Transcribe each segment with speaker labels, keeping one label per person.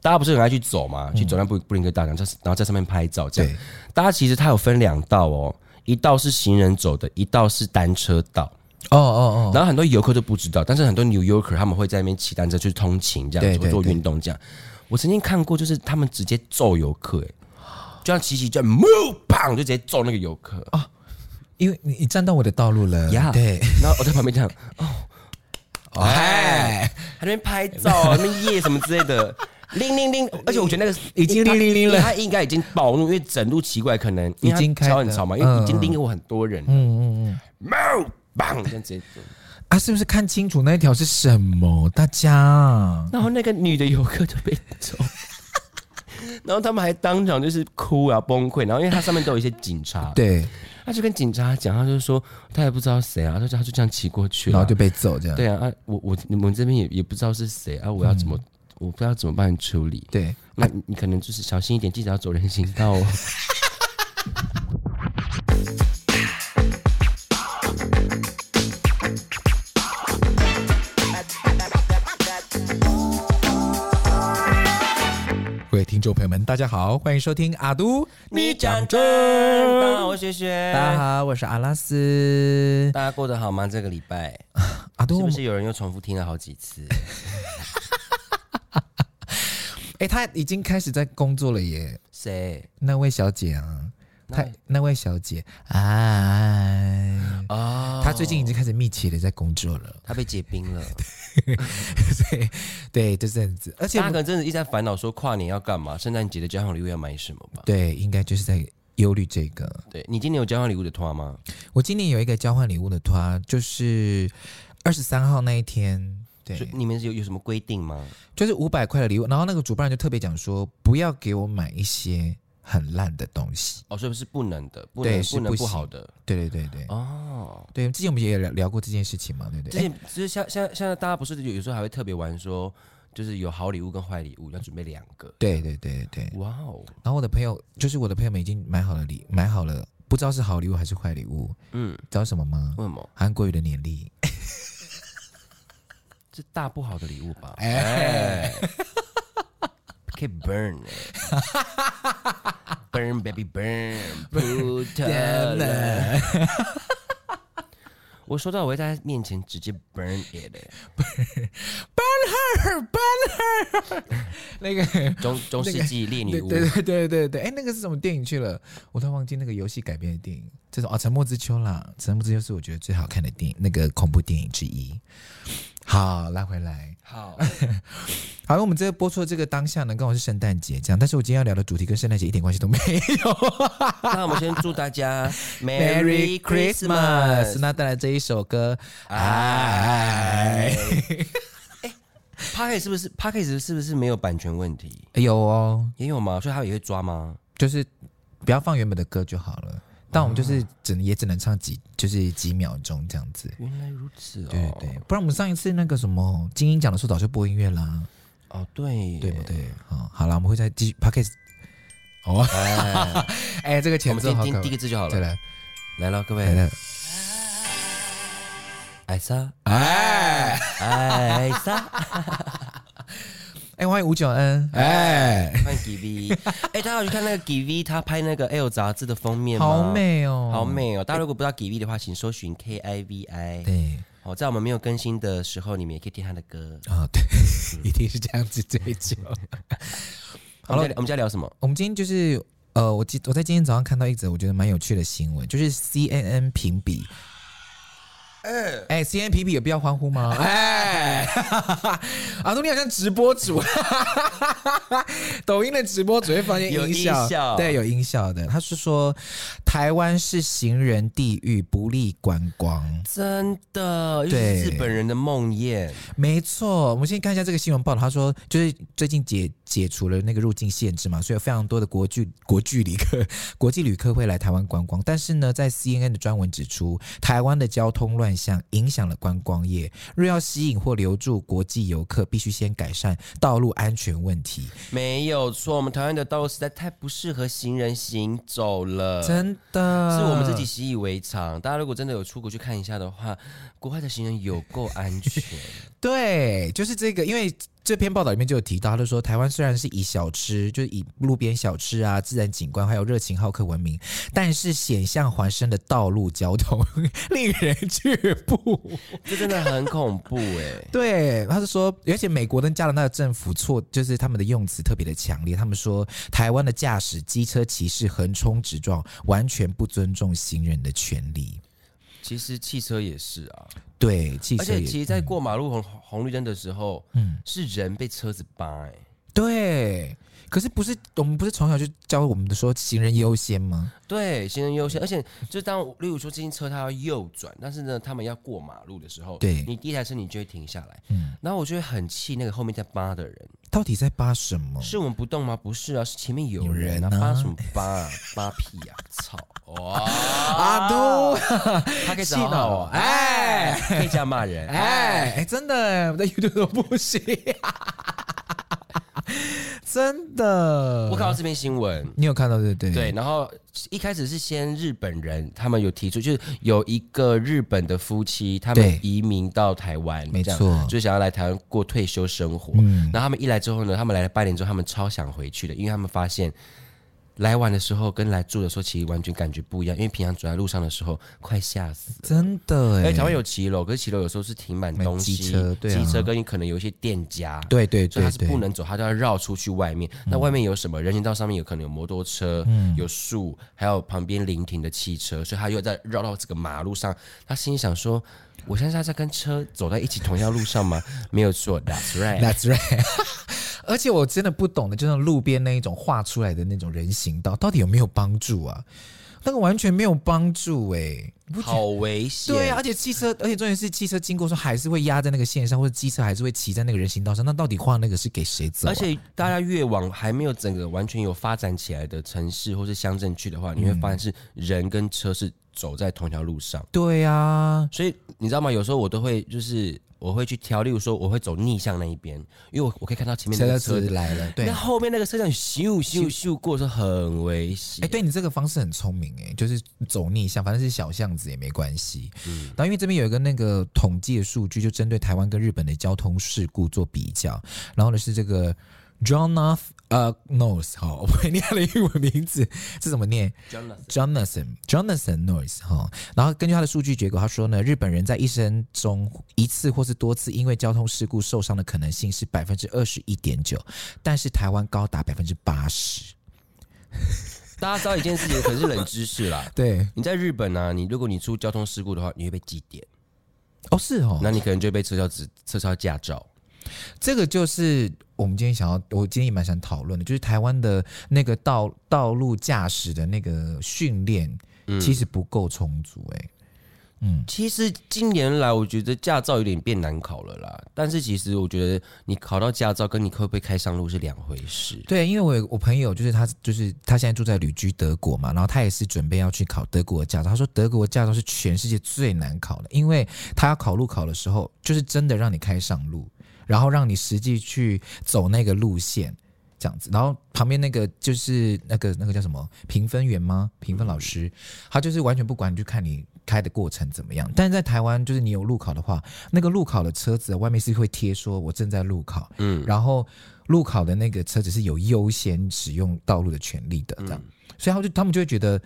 Speaker 1: 大家不是很爱去走嘛，去走那布布林克大桥，在然后在上面拍照这样
Speaker 2: 嗯对。
Speaker 1: 大家其实它有分两道哦，一道是行人走的，一道是单车道。
Speaker 2: 哦哦哦，
Speaker 1: 然后很多游客都不知道，但是很多 New Yorker 他们会在那边骑单车去通勤，这样
Speaker 2: 对
Speaker 1: 子
Speaker 2: 对
Speaker 1: 会做运动这样。我曾经看过，就是他们直接揍游客、欸，就像骑骑就 move 砰，就直接揍那个游客。
Speaker 2: 因为你你占到我的道路了
Speaker 1: 呀
Speaker 2: 对，
Speaker 1: 然后我在旁边这样，哦
Speaker 2: 哎，
Speaker 1: 还在那边拍照，那边耶什么之类的，铃铃铃。而且我觉得那个
Speaker 2: 已经
Speaker 1: 他
Speaker 2: 铃铃了
Speaker 1: 他应该已经暴怒，因为整路奇怪，可能因为他
Speaker 2: 已经开
Speaker 1: 敲很
Speaker 2: 了
Speaker 1: 吵嘛，因为已经
Speaker 2: 嗯
Speaker 1: 盯过很多人。
Speaker 2: 嗯嗯嗯，
Speaker 1: move 砰，这样 直接走。
Speaker 2: 啊，是不是看清楚那一条是什么？大家
Speaker 1: 然后那个女的游客就被揍， 然后他们还当场就是哭啊崩溃，然后因为它上面都有一些警察，，
Speaker 2: 对，
Speaker 1: 他就跟警察讲，他就说他也不知道谁啊，他就他就这样骑过去了，
Speaker 2: 然后就被揍这样，
Speaker 1: 对啊啊，我我你们这边也也不知道是谁啊，我要怎么、我不知道怎么办处理，
Speaker 2: 对，
Speaker 1: 那你你可能就是小心一点，记得要走人行道 哦。
Speaker 2: 各位听众朋友们，大家好，欢迎收听阿都，
Speaker 1: 大家好，我是雪
Speaker 2: 大
Speaker 1: 雪，
Speaker 2: 家好，我是阿拉斯。
Speaker 1: 大家过得好吗？这个礼拜
Speaker 2: 阿都，
Speaker 1: 是
Speaker 2: 我
Speaker 1: 不
Speaker 2: 们
Speaker 1: 是有人又重复听了好几次？
Speaker 2: 哎、他已经开始在工作了耶。
Speaker 1: 谁？
Speaker 2: 那位小姐啊，
Speaker 1: 那
Speaker 2: 她那啊位小姐，哎，
Speaker 1: 哦
Speaker 2: 她最近已经开始密切的在工作了。
Speaker 1: 他被结冰了，
Speaker 2: 对对，就这样子。而且
Speaker 1: 大家可能真的一直在烦恼说跨年要干嘛，圣诞节的交换礼物要买什么吧？
Speaker 2: 对，应该就是在忧虑这个。
Speaker 1: 对你今年有交换礼物的团吗？
Speaker 2: 我今年有一个交换礼物的团，就是二十三号那一天。
Speaker 1: 所
Speaker 2: 对
Speaker 1: 以，你们有有什么规定吗？
Speaker 2: 就是五百块的礼物，然后那个主办人就特别讲说，不要给我买一些很烂的东西。
Speaker 1: 哦，所以是不能的，不
Speaker 2: 对
Speaker 1: 能
Speaker 2: 是
Speaker 1: 不能不
Speaker 2: 不行
Speaker 1: 好的
Speaker 2: 对对对对，
Speaker 1: 哦。
Speaker 2: 对，之前我们也聊聊过这件事情嘛，对不
Speaker 1: 之
Speaker 2: 对？
Speaker 1: 前其实像像现在大家不是有有时候还会特别玩说，就是有好礼物跟坏礼物要准备两个。
Speaker 2: 对对对对对。
Speaker 1: 哇哦，
Speaker 2: 然后我的朋友，就是我的朋友们已经买好了礼，买好了，不知道是好礼物还是坏礼物，
Speaker 1: 嗯，
Speaker 2: 知道什么吗？
Speaker 1: 为什么？
Speaker 2: 韩国语的年 历，
Speaker 1: 这大不好的礼物吧？
Speaker 2: 哎
Speaker 1: 哎，可以 burn 欸 burn baby burn，不特了。 我说到我会在他面前直接 burn it，欸
Speaker 2: 那个，
Speaker 1: 欸 中中世纪烈
Speaker 2: 对
Speaker 1: 女巫，
Speaker 2: 对对对对对，哎，那个是什么电影去了？我突然忘记那个游戏改编的电影，这种哦，《沉默之丘》啦，《沉默之丘》是我觉得最好看的电影，那个恐怖电影之一。好，拉回来。
Speaker 1: 好，
Speaker 2: 好，我们这个播出的这个当下呢，刚好是圣诞节这样，但是我今天要聊的主题跟圣诞节一点关系都没有。
Speaker 1: 那我们先祝大家
Speaker 2: Merry
Speaker 1: Merry
Speaker 2: Christmas！
Speaker 1: Christmas。
Speaker 2: 那带来这一首歌，哎
Speaker 1: 哎，p a r k e 是不是 p a r k e 是不是没有版权问题？
Speaker 2: 有哦，
Speaker 1: 也有吗？所以他也会抓吗？
Speaker 2: 就是不要放原本的歌就好了。但我们就是
Speaker 1: 嗯
Speaker 2: 只能也只能唱几，就是几秒钟这样子。
Speaker 1: 原来如此哦。
Speaker 2: 对对对，不然我们上一次那个什么金鹰奖的时候早就播音乐啦，
Speaker 1: 哦对，
Speaker 2: 对不？对？哦好，好啦，我们会再继续 p o c k e t 哦，
Speaker 1: 哎，
Speaker 2: 哎，这个
Speaker 1: 我
Speaker 2: 前
Speaker 1: 们
Speaker 2: 奏
Speaker 1: 先
Speaker 2: 好
Speaker 1: 听
Speaker 2: 可
Speaker 1: 第一个字就好
Speaker 2: 再
Speaker 1: 了。
Speaker 2: 来，
Speaker 1: 来了，各
Speaker 2: 来
Speaker 1: 位，
Speaker 2: 来，
Speaker 1: 艾莎，
Speaker 2: 哎
Speaker 1: 艾莎，
Speaker 2: 哎，欢迎吴九恩，哎，
Speaker 1: 欢迎 G V。哎， 大家有去看那个 G V 他拍那个 L 杂志的封面吗？
Speaker 2: 好，美哦，
Speaker 1: 好，美哦！大家如果不知道 G V 的话，请搜寻 K I V I。
Speaker 2: 对。
Speaker 1: 哦，在我们没有更新的时候，你们也可以听他的歌。
Speaker 2: 啊、对，
Speaker 1: 嗯
Speaker 2: 一定是这样子追求。
Speaker 1: 我
Speaker 2: 好
Speaker 1: 们
Speaker 2: 了
Speaker 1: 家，我们家聊什么？
Speaker 2: 我们今天就是呃，我今我在今天早上看到一则我觉得蛮有趣的新闻，就是 CNN 评比。哎、c n n 评比有必要欢呼吗？ 哎，阿东，你好像直播主，抖音的直播主会发现
Speaker 1: 有
Speaker 2: 音效，
Speaker 1: 音效
Speaker 2: 对，有音效的。他是说，台湾是行人地狱，不利观光。
Speaker 1: 真的，又
Speaker 2: 对
Speaker 1: 是日本人的梦魇。
Speaker 2: 没错，我们先看一下这个新闻报道，他说就是最近解解除了那个入境限制嘛，所以有非常多的国际国际旅客、国际旅客会来台湾观光。但是呢，在 CNN 的专文指出，台湾的交通乱象影响了观光业，若要吸引或留住国际游客，必须先改善道路安全问题。
Speaker 1: 没有错，我们台湾的道路实在太不适合行人行走了。
Speaker 2: 真的
Speaker 1: 呃是我们自己习以为常。大家如果真的有出国去 看一下的话，国外的行人有够安全。
Speaker 2: 对，就是这个，因为这篇报道里面就有提到，他就说台湾虽然是以小吃，就是以路边小吃啊、自然景观还有热情好客闻名，但是险象环生的道路交通令人却步。
Speaker 1: 这真的很恐怖哎、
Speaker 2: 对，他是说，而且美国跟加拿大的政府错，就是他们的用词特别的强烈。他们说，台湾的驾驶机车骑士横冲直撞，完全不尊重行人的权利。
Speaker 1: 其实汽车也是啊，
Speaker 2: 对，汽
Speaker 1: 而
Speaker 2: 车
Speaker 1: 且
Speaker 2: 也
Speaker 1: 其实，在过马路红红绿灯的时候，
Speaker 2: 嗯，
Speaker 1: 是人被车子扒哎、
Speaker 2: 对。可是不是我们不是从小就教我们的说行人优先吗？
Speaker 1: 对，行人优先，而且就当例如说这些车它要右转，但是呢，他们要过马路的时候，
Speaker 2: 对
Speaker 1: 你第一台车你就会停下来，
Speaker 2: 嗯，
Speaker 1: 然后我就会很气那个后面在扒的人，
Speaker 2: 到底在扒什么？
Speaker 1: 是我们不动吗？不是啊，是前面有
Speaker 2: 有
Speaker 1: 人啊，
Speaker 2: 人啊
Speaker 1: 扒什么扒 啊，扒屁啊，操！哇，
Speaker 2: 阿都，
Speaker 1: 他可以
Speaker 2: 气
Speaker 1: 找好
Speaker 2: 到
Speaker 1: 我
Speaker 2: 我哎
Speaker 1: 可以这样骂人，哎，
Speaker 2: 哎哎，真的哎，我在 YouTube 都不行， 真的。
Speaker 1: 我看到这篇新闻。
Speaker 2: 你有看到对不对？
Speaker 1: 对，，然后一开始是先日本人，他们有提出，就是有一个日本的夫妻，他们
Speaker 2: 对
Speaker 1: 移民到台湾，
Speaker 2: 没
Speaker 1: 这样
Speaker 2: 错
Speaker 1: 就想要来台湾过退休生活。
Speaker 2: 嗯，
Speaker 1: 然后他们一来之后呢，他们来了八年之后，他们超想回去的，因为他们发现来玩的时候跟来住的时候其实完全感觉不一样，因为平常走在路上的时候快吓死了。
Speaker 2: 真的
Speaker 1: 而
Speaker 2: 哎，
Speaker 1: 且台湾有骑楼，可是骑楼有时候是停满
Speaker 2: 买
Speaker 1: 东西，
Speaker 2: 机车对啊
Speaker 1: 机车跟可能有一些店家，
Speaker 2: 对对
Speaker 1: 所以
Speaker 2: 对
Speaker 1: 它是不
Speaker 2: 对，嗯
Speaker 1: 能走，它就要绕出去外面。那外面有什么？人行道上面有可能有摩托车，有树，还有旁边临停的汽车，所以他又在绕到这个马路上。他心里想说：“我现在在跟车走在一起同一条路上吗？”没有错，That's right。
Speaker 2: That's right 。 而且我真的不懂的，就是路边那一种画出来的那种人行道，到底有没有帮助啊？那个完全没有帮助哎、你不觉 得？
Speaker 1: 好危险！
Speaker 2: 对啊，，而且汽车，而且重点是汽车经过的时候还是会压在那个线上，或者机车还是会骑在那个人行道上。那到底画那个是给谁走、啊？
Speaker 1: 而且大家越往还没有整个完全有发展起来的城市或是乡镇去的话，你会发现是人跟车是走在同一条路上。
Speaker 2: 对啊，
Speaker 1: 所以你知道吗？有时候我都会就是我会去挑，例如说我会走逆向那一边，因为我我可以看到前面那
Speaker 2: 车
Speaker 1: 个
Speaker 2: 子
Speaker 1: 车子，
Speaker 2: 来了，对。啊
Speaker 1: 那后面那个车辆咻咻咻过的时候很危险。
Speaker 2: 哎、对你这个方式很聪明哎、就是走逆向，反正是小巷子也没关系。嗯，然后因为这边有一个那个统计的数据，就针对台湾跟日本的交通事故做比较，然后呢是这个 John Off 呃 Knows 好，我 不会念他的英文名字，这怎么念？
Speaker 1: Jonathan，
Speaker 2: Jonathan Jonathan Noise 哈，然后根据他的数据结果，他说呢，日本人在一生中一次或是多次因为交通事故受伤的可能性是百分之二十一点九，但是台湾高达百分之八十。。
Speaker 1: 大家知道一件事情，可是冷知识啦
Speaker 2: 对，
Speaker 1: 你在日本呢、啊，你如果你出交通事故的话，你会被记点，
Speaker 2: 哦是哦，
Speaker 1: 那你可能就被撤销执撤销驾照。
Speaker 2: 这个就是我们今天想要，我今天也蛮想讨论的，就是台湾的那个道道路驾驶的那个训练
Speaker 1: 嗯
Speaker 2: 其实不够充足、欸，哎、
Speaker 1: 其实近年来，我觉得驾照有点变难考了啦。但是其实我觉得你考到驾照，跟你会不会开上路是两回事。
Speaker 2: 对，因为我有我朋友就是他，就是他现在住在旅居德国嘛，然后他也是准备要去考德国的驾照。他说德国驾照是全世界最难考的，因为他要考路考的时候，就是真的让你开上路，然后让你实际去走那个路线。这样子，然后旁边那个就是那个那个叫什么评分员吗？评分老师，他就是完全不管，就看你开的过程怎么样。但是在台湾，就是你有路考的话，那个路考的车子外面是会贴说“我正在路考”，
Speaker 1: 嗯，
Speaker 2: 然后路考的那个车子是有优先使用道路的权利的，这样，所以他们就他们就会觉得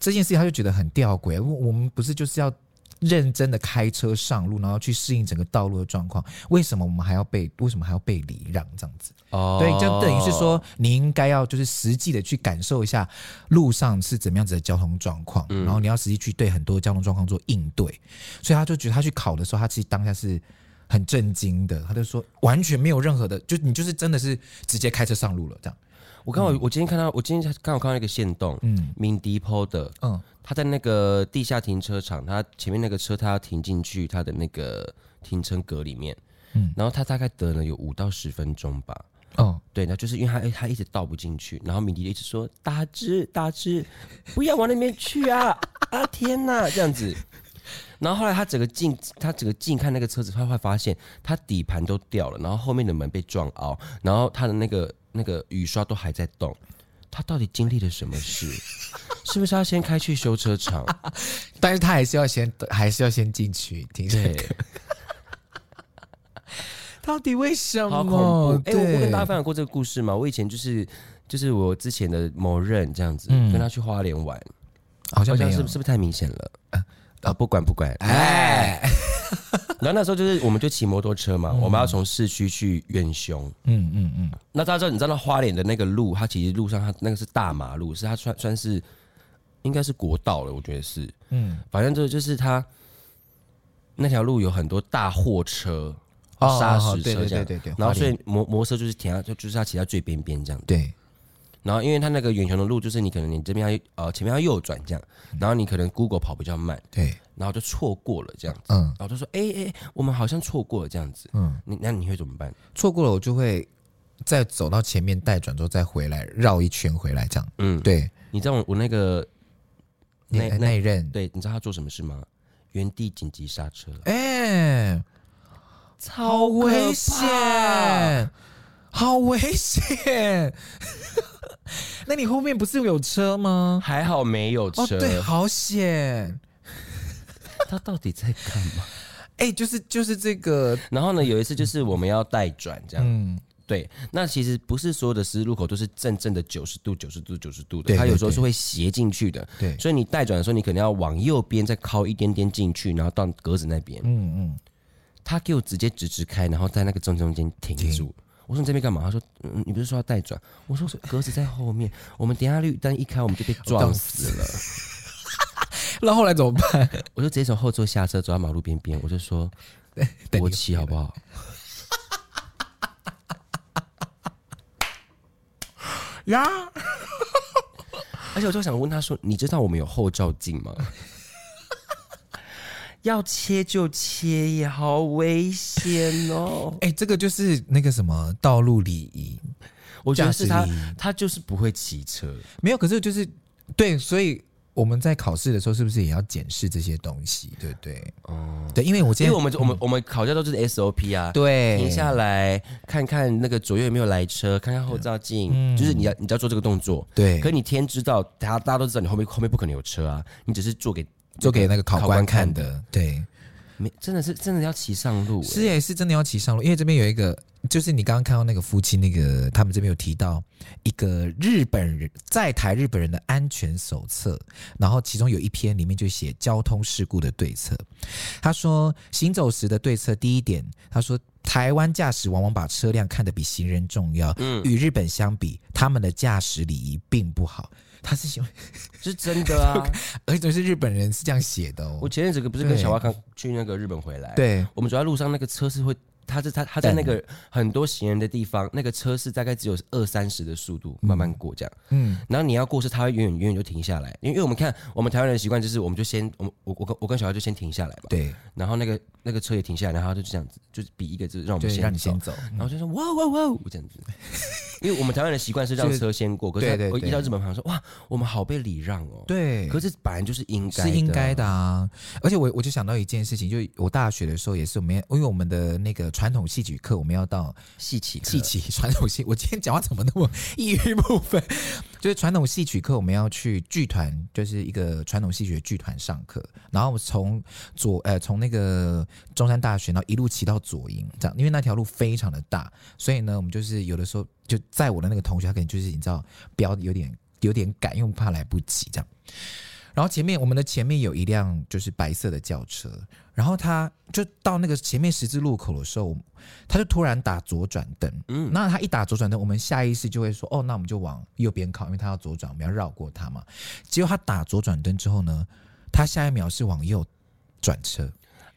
Speaker 2: 这件事情，他就觉得很吊诡。我我们不是就是要认真的开车上路，然后去适应整个道路的状况，为什么我们还要被为什么还要被礼让这样子？
Speaker 1: 哦
Speaker 2: 对，这样等于是说，你应该要就是实际的去感受一下路上是怎么样子的交通状况，
Speaker 1: 嗯
Speaker 2: 然后你要实际去对很多交通状况做应对。所以他就觉得他去考的时候，他其实当下是很震惊的，他就说完全没有任何的，就你就是真的是直接开车上路了这样。
Speaker 1: 我刚好，我今天看到，我今天刚好看到一个线动，
Speaker 2: 嗯
Speaker 1: 敏迪 PO 的，
Speaker 2: 嗯，
Speaker 1: 他在那个地下停车场，他前面那个车他要停进去他的那个停车格里面，
Speaker 2: 嗯
Speaker 1: 然后他大概等了有五到十分钟吧。
Speaker 2: 哦，
Speaker 1: 对，那就是因为他他一直倒不进去，然后敏迪一直说打支打支，不要往那边去啊啊天哪这样子，然后后来他整个近他整个近看那个车子，他会发现他底盘都掉了，然后后面的门被撞凹，然后他的那个那个雨刷都还在动，他到底经历了什么事？是不是要先开去修车厂？
Speaker 2: 但是他还是要先还是要先进去停车
Speaker 1: 对，
Speaker 2: 到底为什么？
Speaker 1: 好恐怖！哎、我我跟
Speaker 2: 对
Speaker 1: 大家分享过这个故事嘛，我以前就是就是我之前的某任这样子，
Speaker 2: 嗯
Speaker 1: 跟他去花莲玩，
Speaker 2: 好像
Speaker 1: 好像
Speaker 2: 没
Speaker 1: 是
Speaker 2: 有哦
Speaker 1: 不，是不是太明显了？啊，不管不管，
Speaker 2: 哎，
Speaker 1: 然后那时候就是，我们就骑摩托车嘛，我们要从市区去远雄。
Speaker 2: 嗯嗯嗯，
Speaker 1: 那大家知道，你知道花莲的那个路，它其实路上它那个是大马路，是它算算是应该是国道了，我觉得是。
Speaker 2: 嗯
Speaker 1: 嗯，反正这就是它那条路有很多大货车、
Speaker 2: 哦
Speaker 1: 砂
Speaker 2: 哦
Speaker 1: 石
Speaker 2: 对
Speaker 1: 车
Speaker 2: 对
Speaker 1: 这样，
Speaker 2: 对对对
Speaker 1: 然
Speaker 2: 花
Speaker 1: 后所
Speaker 2: 莲
Speaker 1: 以摩摩托车就是停在就就是它骑在最边边这样。
Speaker 2: 对，
Speaker 1: 然后因为它那个远雄的路，就是你可能你这边要呃前面要右转这样，
Speaker 2: 嗯
Speaker 1: 然后你可能 Google 跑比较慢，
Speaker 2: 对，
Speaker 1: 然后就错过了这样。
Speaker 2: 嗯
Speaker 1: 然后就说：“哎、哎、我们好像错过了这样子。”
Speaker 2: 嗯，
Speaker 1: 你那你会怎么办？
Speaker 2: 错过了我就会再走到前面带转之后再回来绕一圈回来这样。
Speaker 1: 嗯，
Speaker 2: 对，
Speaker 1: 你知道我我那个那
Speaker 2: 那那一
Speaker 1: 那
Speaker 2: 任，
Speaker 1: 对，你知道他做什么事吗？原地紧急刹车，
Speaker 2: 哎、好危险，好危险。 那你后面不是有车吗？
Speaker 1: 还好没有车。
Speaker 2: 哦，对，好险！
Speaker 1: 他到底在干嘛？
Speaker 2: 哎、就是就是这个，
Speaker 1: 然后呢，有一次就是我们要带转这样，
Speaker 2: 嗯，
Speaker 1: 对，那其实不是所有的十字路口都是正正的九十度、九十度、九十度的，
Speaker 2: 对
Speaker 1: 它有
Speaker 2: 对
Speaker 1: 时候
Speaker 2: 对
Speaker 1: 是会斜进去的。
Speaker 2: 对，
Speaker 1: 所以你带转的时候，你可能要往右边再靠一点点进去，然后到格子那边。
Speaker 2: 嗯嗯，
Speaker 1: 他给我直接直直开，然后在那个正中间停住。我说你这边干嘛？他说、嗯、你不是说要带转？我说格子在后 面，我们等一下绿灯一开我们就被撞死了。
Speaker 2: 那后来怎么办？
Speaker 1: 我就直接从后座下车，走到马路边边，我就 说
Speaker 2: 等你
Speaker 1: 我骑好不好？
Speaker 2: 呀，
Speaker 1: 而且我就想问他说，你知道我们有后照镜吗？ 要切就切也好危险哦！
Speaker 2: 哎、这个就是那个什么道路礼仪，
Speaker 1: 我觉得是他
Speaker 2: 驾驶礼仪，
Speaker 1: 他就是不会骑车。
Speaker 2: 没有，可是就是对，所以我们在考试的时候是不是也要检视这些东西，对不对？
Speaker 1: 哦、
Speaker 2: 对，因为我
Speaker 1: 因
Speaker 2: 今
Speaker 1: 为嗯
Speaker 2: 天
Speaker 1: 我们我们我们考驾照就是 SOP 啊，
Speaker 2: 对
Speaker 1: 停下来看看那个左右有没有来车，看看后照镜，就是你要你要做这个动作。
Speaker 2: 对，
Speaker 1: 可你天知道，大家大家都知道你后面后面不可能有车啊，你只是做给
Speaker 2: 做给那个考
Speaker 1: 考
Speaker 2: 官
Speaker 1: 官
Speaker 2: 看
Speaker 1: 看
Speaker 2: 的，对，
Speaker 1: 没真的是真的要骑上路、欸
Speaker 2: 是也是真的要骑上路，因为这边有一个，就是你刚刚看到那个夫妻，那个他们这边有提到一个日本人在台日本人的安全手册，然后其中有一篇里面就写交通事故的对策。他说行走时的对策，第一点，他说台湾驾驶往往把车辆看得比行人重要，
Speaker 1: 嗯
Speaker 2: 与日本相比，他们的驾驶礼仪并不好。他是 喜欢，
Speaker 1: 是真的 啊！
Speaker 2: 而且是日本人是这样写的哦
Speaker 1: 我。哎前阵子不是跟
Speaker 2: 对
Speaker 1: 小花刚去那个日本回来，，
Speaker 2: 对，
Speaker 1: 我们走在路上那个车是会。他是他他在那个很多行人的地方，那个车是大概只有二三十的速度慢慢过这样，
Speaker 2: 嗯，
Speaker 1: 然后你要过是它会远远远远就停下来，因为因为我们看我们台湾人的习惯就是，我们就先我们我我跟我跟小孩就先停下来嘛，
Speaker 2: 对，
Speaker 1: 然后那个那个车也停下来，然后他就这样子，就是比一个字让我们
Speaker 2: 对，
Speaker 1: 先
Speaker 2: 让你
Speaker 1: 走
Speaker 2: 先走。
Speaker 1: 然后就说哇哇哇这样子，因为我们台湾的习惯是让
Speaker 2: 就是
Speaker 1: 车先过，可
Speaker 2: 对对
Speaker 1: 是我
Speaker 2: 对
Speaker 1: 一到日本好像说哇，我们好被礼让哦，，
Speaker 2: 对，
Speaker 1: 可是本来就是应该
Speaker 2: 是应该
Speaker 1: 的
Speaker 2: 的啊。而且我我就想到一件事情，就我大学的时候也是，我们因为我们的那个传统戏曲课，我们要到
Speaker 1: 戏曲课
Speaker 2: 戏曲 传统戏，我今天讲话怎么那么抑郁不分？ 就是传统戏曲课，我们要去剧团，就是一个传统戏曲的剧团上课，然后我们从左呃从那个中山大学，然后一路骑到左营，这样，因为那条路非常的大，所以呢，我们就是有的时候就载我的那个同学，他可能就是你知道标有点有点赶，因为我们怕来不及这样。然后前面我们的前面有一辆就是白色的轿车，然后他就到那个前面十字路口的时候，他就突然打左转灯，嗯，那他一打左转灯，我们下意识就会说，哦，那我们就往右边靠，因为他要左转，我们要绕过他嘛。结果他打左转灯之后呢，他下一秒是往右转车，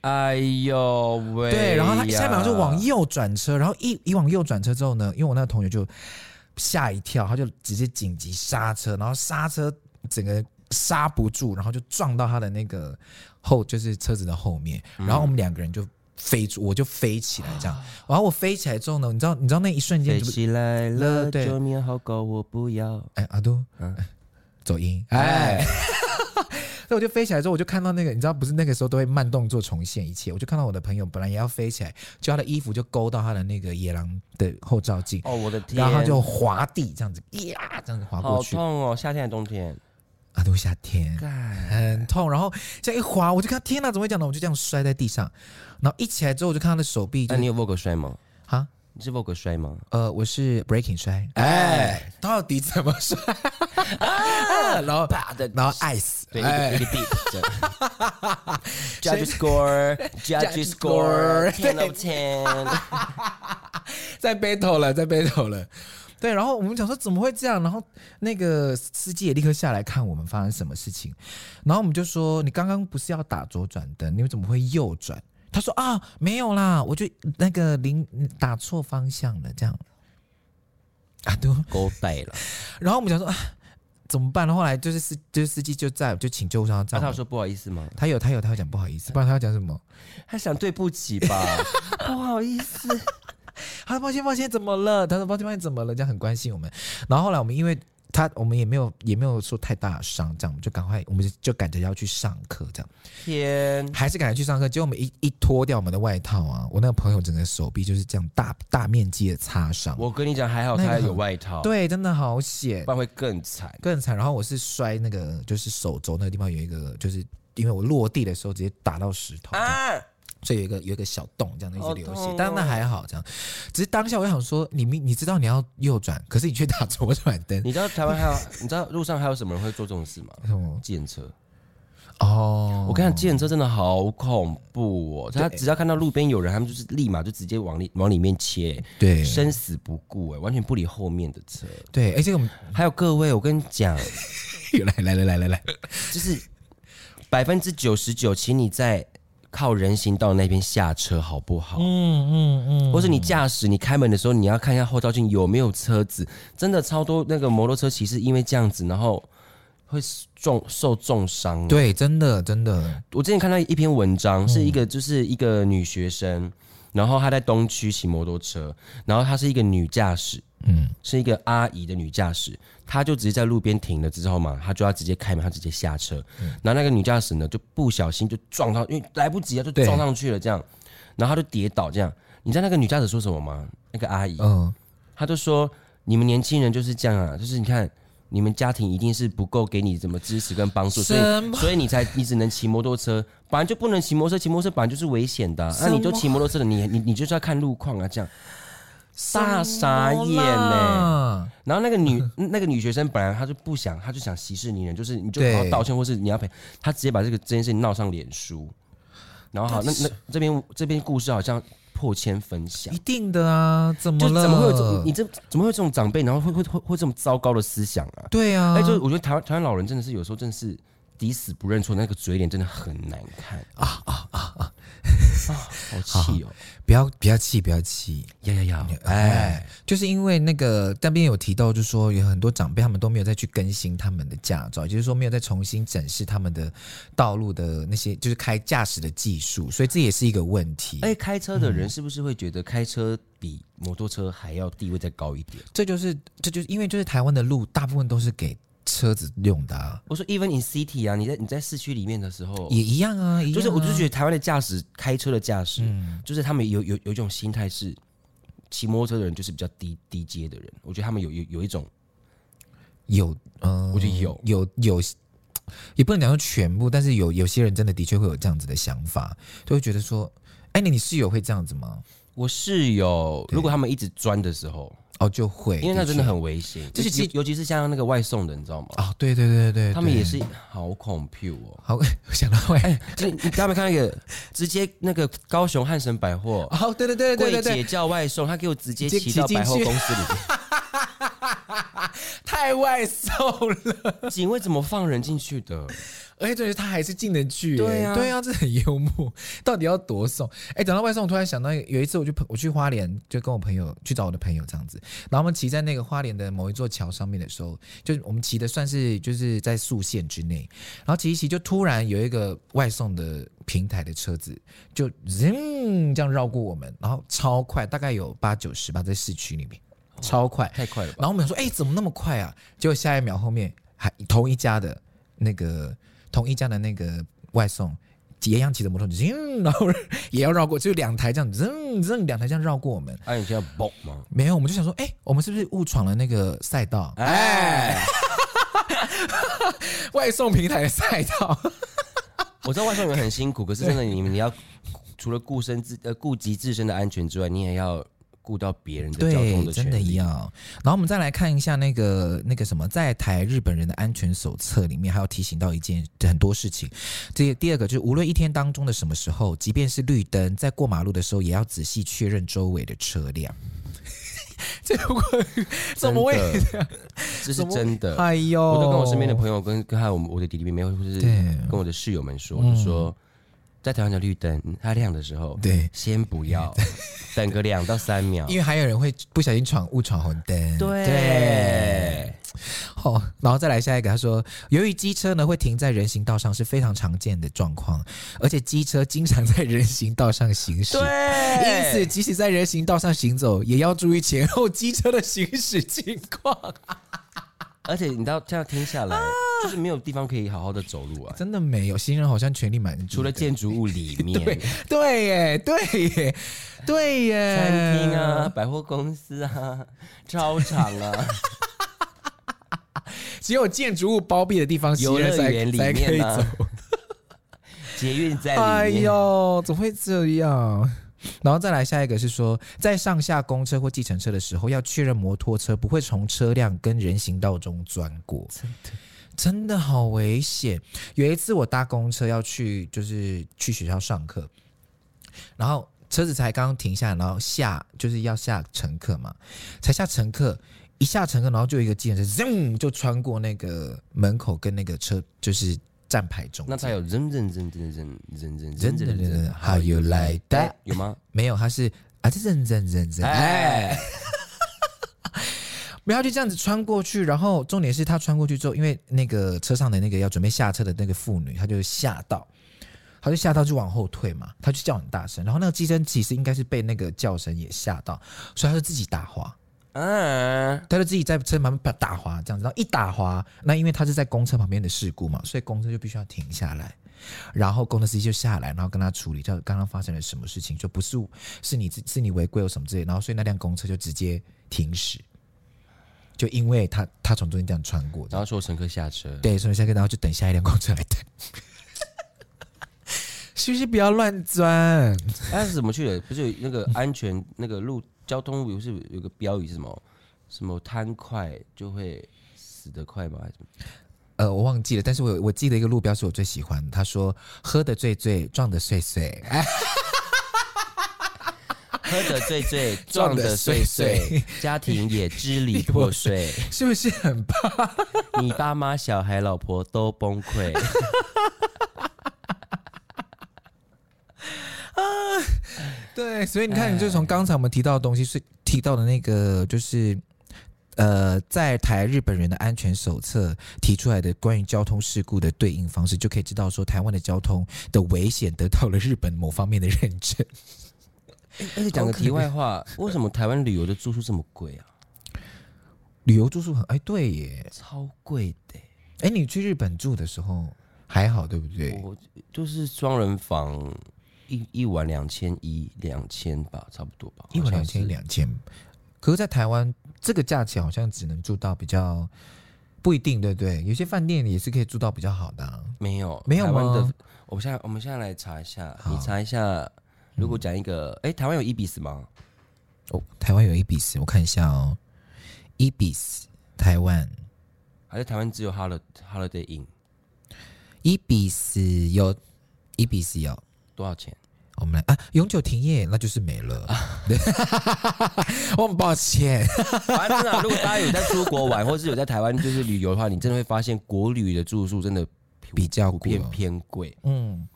Speaker 1: 哎呦喂呀，
Speaker 2: 对，然后他下一秒就往右转车，然后一一往右转车之后呢，因为我那个同学就吓一跳，他就直接紧急刹车，然后刹车整个刹不住，然后就撞到他的那个后就是车子的后面，
Speaker 1: 嗯
Speaker 2: 然后我们两个人就飞出，我就飞起来这样，然后我飞起来之后呢，你知道你知道那一瞬
Speaker 1: 啊
Speaker 2: 间
Speaker 1: 飞
Speaker 2: 就
Speaker 1: 起来
Speaker 2: 了
Speaker 1: 了，
Speaker 2: 对
Speaker 1: 救命好狗我不要，
Speaker 2: 哎阿都
Speaker 1: 嗯
Speaker 2: 走音哎。
Speaker 1: 哎，
Speaker 2: 所以我就飞起来之后，我就看到那个，你知道，不是那个时候都会慢动作重现一切。我就看到我的朋友本来也要飞起来，就他的衣服就勾到他的那个野狼的后照镜，
Speaker 1: 哦我的天，
Speaker 2: 然后他就滑地这样子，呀，这样子滑
Speaker 1: 好
Speaker 2: 过去
Speaker 1: 痛哦，夏天还是冬天，
Speaker 2: 啊，都夏天
Speaker 1: 干
Speaker 2: 很痛。然后这样一滑，
Speaker 1: 啊
Speaker 2: 我就看天哪，怎么会这样呢？我就这样摔在地上，然后一起来之后，我就看他的手臂就
Speaker 1: 那你有握过摔吗？
Speaker 2: 哈，
Speaker 1: 你是 Vogue 摔吗？
Speaker 2: 呃，我是 breaking 摔，哎，到底怎么摔？啊 然后
Speaker 1: 的
Speaker 2: 然后 ice，
Speaker 1: 对，一
Speaker 2: 哎
Speaker 1: 个一个 beat 这样。Judge score, judge
Speaker 2: score，
Speaker 1: score, ten of ten。
Speaker 2: 在 battle 了，在 battle 了。对，然后我们想说怎么会这样？然后那个司机也立刻下来看我们发生什么事情。然后我们就说：“你刚刚不是要打左转灯，你们怎么会右转？”他说：“啊，没有啦，我就那个零打错方向了，这样。”啊，对。
Speaker 1: 勾带了，
Speaker 2: 然后我们想说、啊、怎么办？然后后来就是司就是司机就在就请救护 车
Speaker 1: 那
Speaker 2: 载我
Speaker 1: 他
Speaker 2: 们。
Speaker 1: 有说不好意思吗？
Speaker 2: 他有他有他有讲不好意思，不然他要讲什么？
Speaker 1: 他想对不起吧， 不好意思。
Speaker 2: 他说抱歉抱歉，怎么了？他说抱歉抱歉，怎么了？这样很关心我们。然后后来我们因为他，我们也没有也没有受太大的伤，这样我们就赶快，我们就就赶着要去上课，这样
Speaker 1: 天，
Speaker 2: 还是赶着去上课。结果我们一一脱掉我们的外套啊，我那个朋友整个手臂就是这样大大面积的擦伤。
Speaker 1: 我跟你讲，还好
Speaker 2: 那个
Speaker 1: 他
Speaker 2: 很
Speaker 1: 有外套，，
Speaker 2: 对，真的好险
Speaker 1: 不，然会更惨。
Speaker 2: 更惨。然后我是摔那个，就是手肘那个地方有一个，就是因为我落地的时候直接打到石头，
Speaker 1: 啊！
Speaker 2: 所以有一个有一个小洞，这样的一直
Speaker 1: 好
Speaker 2: 流血
Speaker 1: 痛，
Speaker 2: 但那
Speaker 1: 哦
Speaker 2: 还好，这样。只是当下我想说，你明你知道你要右转，可是你却打左转灯，
Speaker 1: 你知道台湾还有，你知道路上还有什么人会做这种事吗？
Speaker 2: 什么？
Speaker 1: 计程车，
Speaker 2: 哦，
Speaker 1: 我跟你讲，计程车真的好恐怖哦！他只要看到路边有人，他们就是立马就直接往里往里面切，
Speaker 2: 对
Speaker 1: 生死不顾，哎，完全不理后面的车。
Speaker 2: 对，而且我们
Speaker 1: 还有各位，我跟你讲，
Speaker 2: 来来来来来来，
Speaker 1: 就是百分之九十九，请你在靠人行道那边下车，好不好？
Speaker 2: 嗯嗯
Speaker 1: 或是你驾驶，你开门的时候，你要看一下后照镜有没有车子。真的超多那个摩托车骑士因为这样子，然后会重受重伤。
Speaker 2: 嗯，，对，嗯真的真的，
Speaker 1: 我之前看到一篇文章，是一个就是一个女学生，然后她在东区骑摩托车，然后她是一个女驾驶，
Speaker 2: 嗯，
Speaker 1: 是一个阿姨的女驾驶，她就直接在路边停了之后嘛，她就要直接开门，她直接下车，然后那个女驾驶呢就不小心就撞到，因为来不及啊，就
Speaker 2: 对
Speaker 1: 撞上去了这样，然后她就跌倒这样。你知道那个女驾驶说什么吗？那个阿姨，
Speaker 2: 嗯，
Speaker 1: 她就说：“你们年轻人就是这样啊，就是你看你们家庭一定是不够给你什么支持跟帮助，所
Speaker 2: 什
Speaker 1: 以
Speaker 2: 么
Speaker 1: 所以你才你只能骑摩托车，本来就不能骑摩托车，骑摩托车本来就是危险的啊、
Speaker 2: 什
Speaker 1: 那、
Speaker 2: 么
Speaker 1: 你就骑摩托车的，你你你就是要看路况啊，这样。”大傻眼
Speaker 2: 什
Speaker 1: 呢、
Speaker 2: 么啦
Speaker 1: 然后那个女那个女学生本来她就不想，她就想息事宁人，就是你就
Speaker 2: 对
Speaker 1: 好好道歉，或是你要赔，她直接把这个这件事情闹上脸书。然后好，那那这边这边故事好像破千分享
Speaker 2: 一，定的啊，怎么
Speaker 1: 就
Speaker 2: 了？
Speaker 1: 怎么会有这你这怎么会有这种长辈，然后会会会会这么糟糕的思想啊？
Speaker 2: 对啊，
Speaker 1: 哎、就我觉得台湾台湾老人真的是有时候真的是抵死不认错，那个嘴脸真的很难看啊啊啊啊！好气哦！
Speaker 2: 不要不要气，不要气，
Speaker 1: 呀呀呀！
Speaker 2: 哎，就是因为那个那边有提到，就是说有很多长辈他们都没有再去更新他们的驾照，也就是说没有再重新展示他们的道路的那些就是开驾驶的技术，所以这也是一个问题。
Speaker 1: 哎，开车的人是不是会觉得开车比摩托车还要地位再高一点？
Speaker 2: 这就是这就是因为就是台湾的路大部分都是给车子用的、啊，
Speaker 1: 我说，even in city 啊，你在你在市区里面的时候，
Speaker 2: 也一样啊，一样啊
Speaker 1: 就是我就觉得台湾的驾驶，开车的驾驶，就是他们有有有一种心态是，骑摩托车的人就是比较低低阶的人，我觉得他们有有有一种，
Speaker 2: 有，嗯、
Speaker 1: 我觉得有
Speaker 2: 有有，也不能讲说全部，但是有有些人真的的确会有这样子的想法，就会觉得说，哎，那你室友会这样子吗？
Speaker 1: 我室友
Speaker 2: 对
Speaker 1: 如果他们一直钻的时候，
Speaker 2: 哦，就会，
Speaker 1: 因为那真哎的
Speaker 2: 确
Speaker 1: 很危险，
Speaker 2: 就是
Speaker 1: 尤尤其是像那个外送的，你知道吗？
Speaker 2: 啊、对对对对对，
Speaker 1: 他们也是哎好恐怖哦。
Speaker 2: 好， 我想到会，
Speaker 1: 今 你大家有没有看那个直接那个高雄汉神百货，
Speaker 2: 哦，对对对
Speaker 1: 柜
Speaker 2: 对对对，
Speaker 1: 姐叫外送，他给我直接
Speaker 2: 直接
Speaker 1: 骑
Speaker 2: 骑
Speaker 1: 到
Speaker 2: 进
Speaker 1: 百货
Speaker 2: 去
Speaker 1: 公司里面。
Speaker 2: 太外送了，
Speaker 1: 警卫怎么放人进去的？
Speaker 2: 而且这哎是他还是进得去耶，
Speaker 1: 对啊
Speaker 2: 对啊，这很幽默， 到底要多送？哎，讲到外送，我突然想到有一次，我就我去花莲，就跟我朋友去找我的朋友这样子，然后我们骑在那个花莲的某一座桥上面的时候，就我们骑的算是就是在速线之内，然后骑一骑，就突然有一个外送的平台的车子就 zoom 这样绕过我们，然后超快，大概有八九十吧，在市区里面。超快，
Speaker 1: 太快了吧！
Speaker 2: 然后我们想说，哎、怎么那么快啊？结果下一秒后面还同一家的那个同一家的那个外送。也一样骑着摩托，嗯，然后 也要绕过，就两台这样，嗯，嗯，两台这样绕过我们。
Speaker 1: 啊，你现在蹦吗？
Speaker 2: 没有，我们就想说，哎、我们是不是误闯了那个赛道？
Speaker 1: 哎，
Speaker 2: 外送平台的赛道？
Speaker 1: 我知道外送员 很辛苦，可是真的你们你要除了顾身自呃顾及自身的安全之外，你也要顾到别人的交通
Speaker 2: 对，
Speaker 1: 的
Speaker 2: 真
Speaker 1: 权
Speaker 2: 的
Speaker 1: 利。
Speaker 2: 要。然后我们再来看一下那个那个什么，在台日本人的安全手册里面，还有提醒到一件很多事情。这第二个就是，无论一天当中的什么时候，即便是绿灯，在过马路的时候，也要仔细确认周围的车辆。 这不过怎么会？
Speaker 1: 真的这是真的。
Speaker 2: 哎呦，
Speaker 1: 我都跟我身边的朋友、跟跟还有我们我的弟弟妹妹，或者是
Speaker 2: 对
Speaker 1: 跟我的室友们说，
Speaker 2: 哎嗯
Speaker 1: 就说在台湾的绿灯它亮的时候，
Speaker 2: 对，
Speaker 1: 先不要，等个两到三秒
Speaker 2: 因。为还有人会不小心闯误闯红灯。对
Speaker 1: 对，
Speaker 2: 哦，然后再来下一个，他说，由于机车呢会停在人行道上是非常常见的状况，而且机车经常在人行道上行驶。因
Speaker 1: 对，
Speaker 2: 此，即使在人行道上行走，也要注意前后机车的行驶情况。
Speaker 1: 而且你知道这样听下来，就是没有地方可以好好的走路啊，
Speaker 2: 真的没有，行人好像权力蛮
Speaker 1: 除了建筑物里面、
Speaker 2: 对耶，对耶，对耶，
Speaker 1: 餐厅啊、，百货公司啊、操场啊、
Speaker 2: 只有建筑物包庇的地方，行
Speaker 1: 游
Speaker 2: 人
Speaker 1: 乐
Speaker 2: 才
Speaker 1: 园里
Speaker 2: 才可以
Speaker 1: 面
Speaker 2: 走。
Speaker 1: 啊、捷运站
Speaker 2: 哎
Speaker 1: 里面，
Speaker 2: 呦，怎么会这样？然后再来下一个是说，在上下公车或计程车的时候，要确认摩托车不会从车辆跟人行道中钻过。真的，真的好危险。有一次我搭公车要去，就是去学校上课，然后车子才刚刚停下，然后下就是要下乘客嘛，才下乘客。一下乘客，然后就有一个计程车，zoom 就穿过那个门口跟那个车，就是站牌中间。
Speaker 1: 那才有扔扔扔扔扔扔扔扔
Speaker 2: 真的
Speaker 1: 扔
Speaker 2: 人
Speaker 1: 扔
Speaker 2: ，How you like that？
Speaker 1: 有吗？
Speaker 2: 没有，他是啊，这认真认真，哎，
Speaker 1: 哎，
Speaker 2: 没有，他就这样子穿过去，然后重点是他穿过去之后，因为那个车上的那个要准备下车的那个妇女，她就吓到，她就吓到就往后退嘛，她就叫很大声，然后那个机身其实应该是被那个叫声也吓到，所以她就自己打滑。
Speaker 1: 嗯，
Speaker 2: 他就自己在车旁边啪打滑，这样子，然后一打滑，那因为他是在公车旁边的事故嘛，所以公车就必须要停下来，然后公车司机就下来，然后跟他处理到刚刚发生了什么事情，就不是是你自是你违规有什么之类，然后所以那辆公车就直接停驶，就因为他他从中间这样穿过，
Speaker 1: 然后说乘客下车，
Speaker 2: 对，所以下课然后就等下一辆公车来等，是不是不要乱钻？
Speaker 1: 他是怎么去的？不是有那个安全那个路交通不是有个标语是什么？什么贪快就会死得快吗？还是什么？
Speaker 2: 呃，我忘记了，但是我有我记得一个路标是我最喜欢的，他说喝得醉醉，撞得碎碎，哎，
Speaker 1: 喝得醉醉， 撞得碎
Speaker 2: 撞得碎
Speaker 1: 碎，家庭也支离破 碎，
Speaker 2: 是不是很棒？
Speaker 1: 你爸妈、小孩、老婆都崩溃。
Speaker 2: 对，所以你看，你就从刚才我们提到的东西是提到的那个，就是呃，在台日本人的安全手册提出来的关于交通事故的对应方式，就可以知道说台湾的交通的危险得到了日本某方面的认证。
Speaker 1: 而且讲个题外话， 为什么台湾旅游的住宿这么贵啊？
Speaker 2: 旅游住宿很哎，对耶，
Speaker 1: 超贵的、
Speaker 2: 哎，你去日本住的时候还好对不对？
Speaker 1: 我就是双人房，一一晚两千一两千吧，差不多吧，
Speaker 2: 一晚
Speaker 1: 好
Speaker 2: 两千
Speaker 1: 像是
Speaker 2: 两千，可是，在台湾这个价钱好像只能住到比较不一定，对不对？有些饭店也是可以住到比较好的啊、
Speaker 1: 没有，
Speaker 2: 没有
Speaker 1: 台湾
Speaker 2: 吗
Speaker 1: 的。我们现在我们现在来查一下，
Speaker 2: 好
Speaker 1: 你查一下，如果讲一个，哎、台湾有伊比斯吗？
Speaker 2: 哦，台湾有伊比斯，我看一下哦，伊比斯台湾
Speaker 1: 还是台湾只有 Holiday Holiday Inn？
Speaker 2: 伊比斯有伊比斯有。
Speaker 1: 多少钱？
Speaker 2: 我们来啊，永久停业那就是没了， 对我很抱歉。
Speaker 1: 反正啊，如果大家有在出国玩，或是有在台湾就是旅游的话，你真的会发现国旅的住宿真的
Speaker 2: 比较
Speaker 1: 普
Speaker 2: 贵哦
Speaker 1: 遍偏贵。
Speaker 2: 嗯，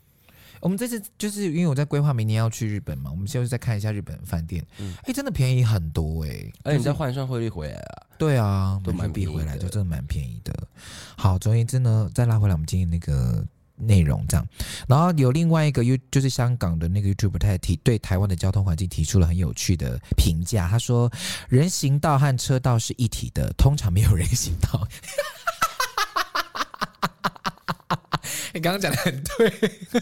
Speaker 2: 我们这次就是因为我在规划明年要去日本嘛，我们现在再看一下日本饭店，哎、真的便宜很多哎、
Speaker 1: 嗯而且你再换算汇率回来啊，
Speaker 2: 对啊，
Speaker 1: 都
Speaker 2: 买
Speaker 1: 蛮
Speaker 2: 日币
Speaker 1: 便宜
Speaker 2: 回来
Speaker 1: 的
Speaker 2: 就真的蛮便宜的。好，总而言之呢，再拉回来我们今天那个内容这样，然后有另外一个 You 就是香港的那个 YouTube，他也提对台湾的交通环境提出了很有趣的评价，他说人行道和车道是一体的，通常没有人行道。你刚刚讲的很对，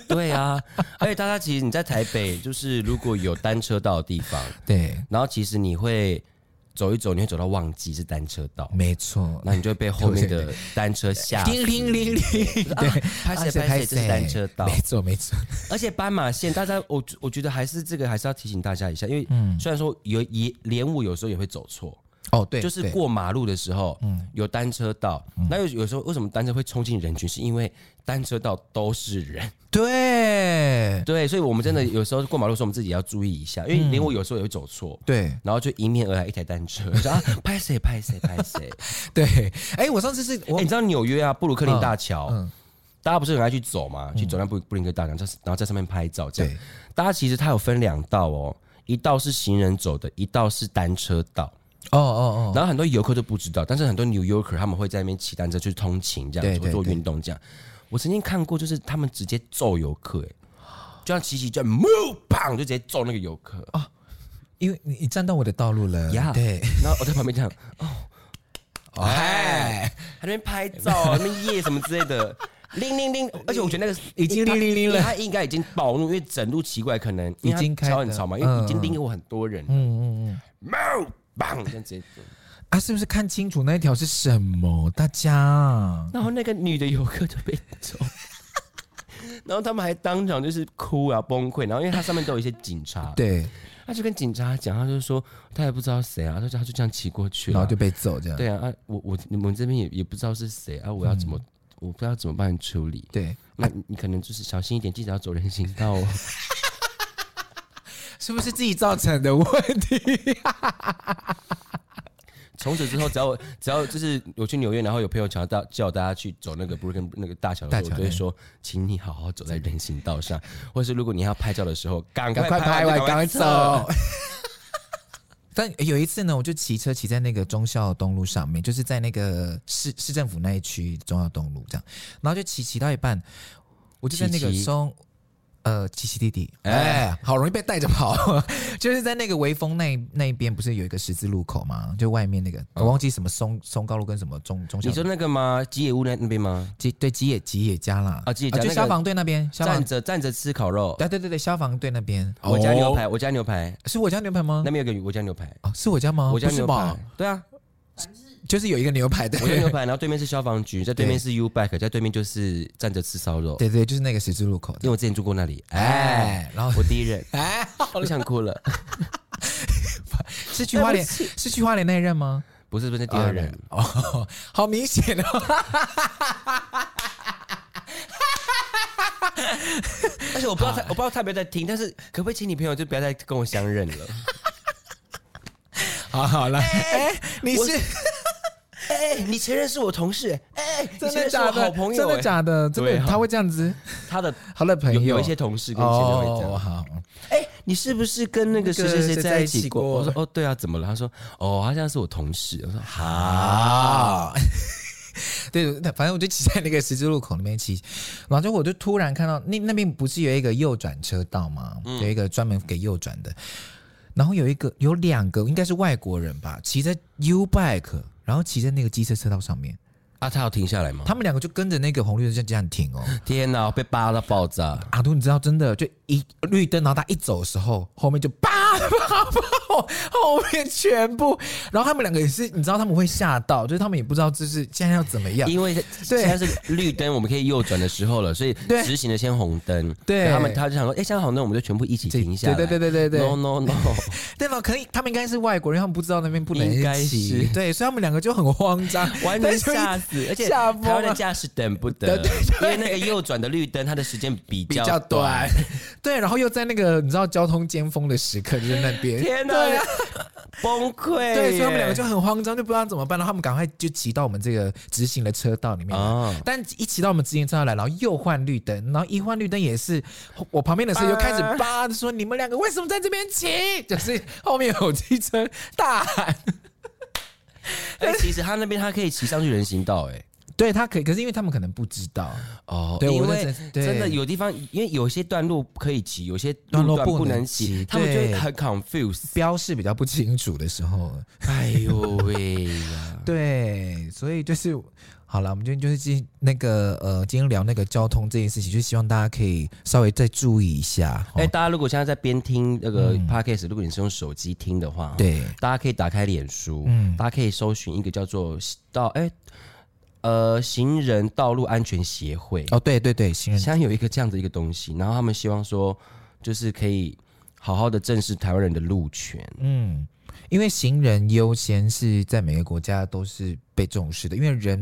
Speaker 1: 对啊。而且大家其实你在台北，就是如果有单车道的地方，
Speaker 2: 对
Speaker 1: 然后其实你会走一走，你会走到旺季是单车道，
Speaker 2: 没错，
Speaker 1: 那你就会被后面 的单车吓死。
Speaker 2: 叮铃铃铃，对，
Speaker 1: 对，拍谁拍谁，这是单车道。
Speaker 2: 没错没错，
Speaker 1: 而且斑马线，大家我我觉得还是这个还是要提醒大家一下，因为虽然说有也连我有时候也会走错，
Speaker 2: 哦对，
Speaker 1: 就是
Speaker 2: 对嗯
Speaker 1: 过马路的时候，有单车道，那有有时候为什么单车会冲进人群，是因为单车道都是人，
Speaker 2: 对嗯
Speaker 1: 对，所以我们真的有时候过马路的时候，我们自己也要注意一下，因为连我有时候也会走错。
Speaker 2: 对
Speaker 1: 然后就迎面而来一台单 车，我说啊，拍谁拍谁拍谁！
Speaker 2: 对，哎，我上次是
Speaker 1: 哎
Speaker 2: 我
Speaker 1: 你知道纽约啊，布鲁克林大桥，
Speaker 2: 嗯
Speaker 1: 大家不是很爱去走嘛，去走那布布林克大桥，在然后在上面拍照这样
Speaker 2: 对。
Speaker 1: 大家其实它有分两道哦，一道是行人走的，一道是单车道。
Speaker 2: 哦哦哦，
Speaker 1: 然后很多游客都不知道，但是很多 New Yorker 他们会在那边骑单车去通勤，这样
Speaker 2: 对
Speaker 1: 子
Speaker 2: 对
Speaker 1: 做
Speaker 2: 对
Speaker 1: 运动这样。我曾经看过，就是他们直接揍游客、哎，就像骑骑就 move 砰，就直接揍那个游客。
Speaker 2: 因为你你占到我的道路了
Speaker 1: 呀
Speaker 2: 哦对，
Speaker 1: 然后我在旁边这样，哦
Speaker 2: 哎，
Speaker 1: 还在那边拍照，那边夜什么之类 的，铃铃铃。而且我觉得那个
Speaker 2: 已经铃铃铃了
Speaker 1: 他应该已经暴怒，因为整路奇怪，可能
Speaker 2: 已经开
Speaker 1: 敲
Speaker 2: 的
Speaker 1: 很吵嘛，因为已经盯过很多人。嗯嗯嗯，move 砰，这样直接走。
Speaker 2: 啊，是不是看清楚那一条是什么？大家
Speaker 1: 然后那个女的游客就被揍， 然后他们还当场就是哭啊崩溃，然后因为它上面都有一些警察，，
Speaker 2: 对，
Speaker 1: 他就跟警察讲，他就说他也不知道谁啊，他就他就这样骑过去了，
Speaker 2: 然后就被揍这样，
Speaker 1: 对啊啊，我我你们这边也也不知道是谁啊，我要怎么、
Speaker 2: 嗯
Speaker 1: 我不知道怎么帮你处理，
Speaker 2: 对，
Speaker 1: 那你可能就是小心一点，记得要走人行道哦。
Speaker 2: 是不是自己造成的问题？
Speaker 1: 从此之后，只要我只要就是我去纽约，然后有朋友叫大叫大家去走那个 Brooklyn 那个大桥的时候，
Speaker 2: 大桥
Speaker 1: 我就会说，请你好好走在人行道上，或是如果你要拍照的时候，赶快
Speaker 2: 嗯赶快拍
Speaker 1: 完，
Speaker 2: 完赶
Speaker 1: 快
Speaker 2: 快走。 但有一次呢，我就骑车骑在那个忠孝东路上面，就是在那个市市政府那一区忠孝东路这样，然后就骑骑到一半，我就在那个
Speaker 1: 骑骑
Speaker 2: 松。呃，七七弟弟，
Speaker 1: 哎
Speaker 2: 哎，好容易被带着跑， 就是在那个微风那一那一边，不是有一个十字路口吗？就外面那个，我忘记什么松松高路跟什么中中
Speaker 1: 哦
Speaker 2: 小
Speaker 1: 你
Speaker 2: 路，
Speaker 1: 说那个吗？吉野屋那那边吗？
Speaker 2: 吉对吉野吉野家啦，
Speaker 1: 啊吉野家
Speaker 2: 就
Speaker 1: 那个
Speaker 2: 消防队那边，消防
Speaker 1: 站着站着吃烤肉，
Speaker 2: 对对对对，消防队那边，
Speaker 1: 我家牛
Speaker 2: 哦
Speaker 1: 排，我家牛排，
Speaker 2: 是我家牛排吗？
Speaker 1: 那边有个我家牛排，
Speaker 2: 哦，是我家吗？
Speaker 1: 我家
Speaker 2: 不是
Speaker 1: 牛
Speaker 2: 吧
Speaker 1: 排？，对啊，
Speaker 2: 就是有一个牛排的，
Speaker 1: 我家牛排，然后对面是消防局，在对面是 U Back，在对面就是站着吃烧肉，
Speaker 2: 对对，就是那个十字路口
Speaker 1: 因为我之前住过那里，哎，
Speaker 2: 哎，然后
Speaker 1: 我第一任，
Speaker 2: 哎，
Speaker 1: 我想哭了，
Speaker 2: 是去花莲，是去花莲那一任吗？
Speaker 1: 不是不是第二任
Speaker 2: 啊。哦， 好明显哦，
Speaker 1: 而且我不 知道他，我不知道他有没有在听，但是可不可以请你朋友就不要再跟我相认了？
Speaker 2: 好好了，哎，你
Speaker 1: 我
Speaker 2: 是
Speaker 1: 哎、你前任是我同事，哎、你
Speaker 2: 真
Speaker 1: 前
Speaker 2: 的
Speaker 1: 任是
Speaker 2: 假
Speaker 1: 我
Speaker 2: 的？
Speaker 1: 好朋友、
Speaker 2: 真的
Speaker 1: 哎
Speaker 2: 假的？真
Speaker 1: 对
Speaker 2: 的
Speaker 1: 啊
Speaker 2: 他会这样子？
Speaker 1: 他的
Speaker 2: 他的朋
Speaker 1: 有
Speaker 2: 友
Speaker 1: 有一些同事跟前任会这
Speaker 2: 哦，
Speaker 1: 样。
Speaker 2: 好，
Speaker 1: 哎、你是不是跟那个谁谁谁在一起过？
Speaker 2: 那
Speaker 1: 我
Speaker 2: 个谁
Speaker 1: 说哦，对啊，怎么了？他说哦，他现在是我同事。我说哈，
Speaker 2: 啊。对，那反正我就骑在那个十字路口那边骑，然后就我就突然看到那那边不是有一个右转车道吗？有一个专门给右转的，然后有一个有两个应该是外国人吧，骑着 U bike，然后骑在那个机车车道上面，
Speaker 1: 啊，他要停下来吗？
Speaker 2: 他们两个就跟着那个红绿灯就这样停哦。
Speaker 1: 天哪，被扒到爆炸！
Speaker 2: 阿杜，你知道真的就一绿灯，然后他一走的时候，后面就叭叭叭，后面全部，然后他们两个也是，你知道他们会吓到，就是他们也不知道就是现在要怎么样。
Speaker 1: 因为
Speaker 2: 对
Speaker 1: 现在是绿灯，我们可以右转的时候了，所以
Speaker 2: 对
Speaker 1: 执行的先红灯。
Speaker 2: 对
Speaker 1: 然后他们他就想说，哎、现在红灯，我们就全部一起停下来。
Speaker 2: 对对对对对对
Speaker 1: No no no，
Speaker 2: 对了，可能他们应该是外国人，他们不知道那边不能
Speaker 1: 应该
Speaker 2: 骑
Speaker 1: 是
Speaker 2: 对，所以他们两个就很慌张，
Speaker 1: 完全吓死，而且
Speaker 2: 吓
Speaker 1: 台
Speaker 2: 疯了
Speaker 1: 湾的驾驶等不得
Speaker 2: 对对，
Speaker 1: 因为那个右转的绿灯，它的时间比
Speaker 2: 比
Speaker 1: 较
Speaker 2: 较短。， 对，然后又在那个你知道交通尖峰的时刻，就是那边，
Speaker 1: 天哪
Speaker 2: 对啊，
Speaker 1: 崩溃耶。
Speaker 2: 对，所以他们两个就很慌张，就不知道怎么办，然后他们赶快就骑到我们这个直行的车道里面来。
Speaker 1: 哦
Speaker 2: 但一骑到我们直行车道来，然后又换绿灯，然后一换绿灯也是我旁边的车又开始叭说：“你们两个为什么在这边骑？”就是后面有机车大喊。
Speaker 1: 哎，其实他那边他可以骑上去人行道，哎，
Speaker 2: 对他可以，可是因为他们可能不知道，
Speaker 1: 哦
Speaker 2: 对
Speaker 1: 因
Speaker 2: 我
Speaker 1: 为
Speaker 2: 认真对
Speaker 1: 真的有地方，因为有些段路可以骑，有些
Speaker 2: 段落
Speaker 1: 段
Speaker 2: 不
Speaker 1: 不
Speaker 2: 能
Speaker 1: 能
Speaker 2: 骑
Speaker 1: 骑，他们就
Speaker 2: 对
Speaker 1: 会很 confused。
Speaker 2: 标示比较不 清楚的时候，
Speaker 1: 哎呦喂呀！
Speaker 2: 哎对，所以就是好了，我们今天就是今那个呃，今天聊那个交通这件事情，就希望大家可以稍微再注意一下。
Speaker 1: 哎、
Speaker 2: 哦
Speaker 1: 大家如果现在在边听那个
Speaker 2: 嗯
Speaker 1: podcast，、如果你是用手机听的话，，
Speaker 2: 对，
Speaker 1: 大家可以打开脸书，
Speaker 2: 嗯
Speaker 1: 大家可以搜寻一个叫做道哎、呃行人道路安全协会，
Speaker 2: 哦，对对对，行人
Speaker 1: 现在有一个这样的一个东西，然后他们希望说，就是可以好好的正视台湾人的路权。
Speaker 2: 嗯，因为行人优先是在每个国家都是被重视的，因为人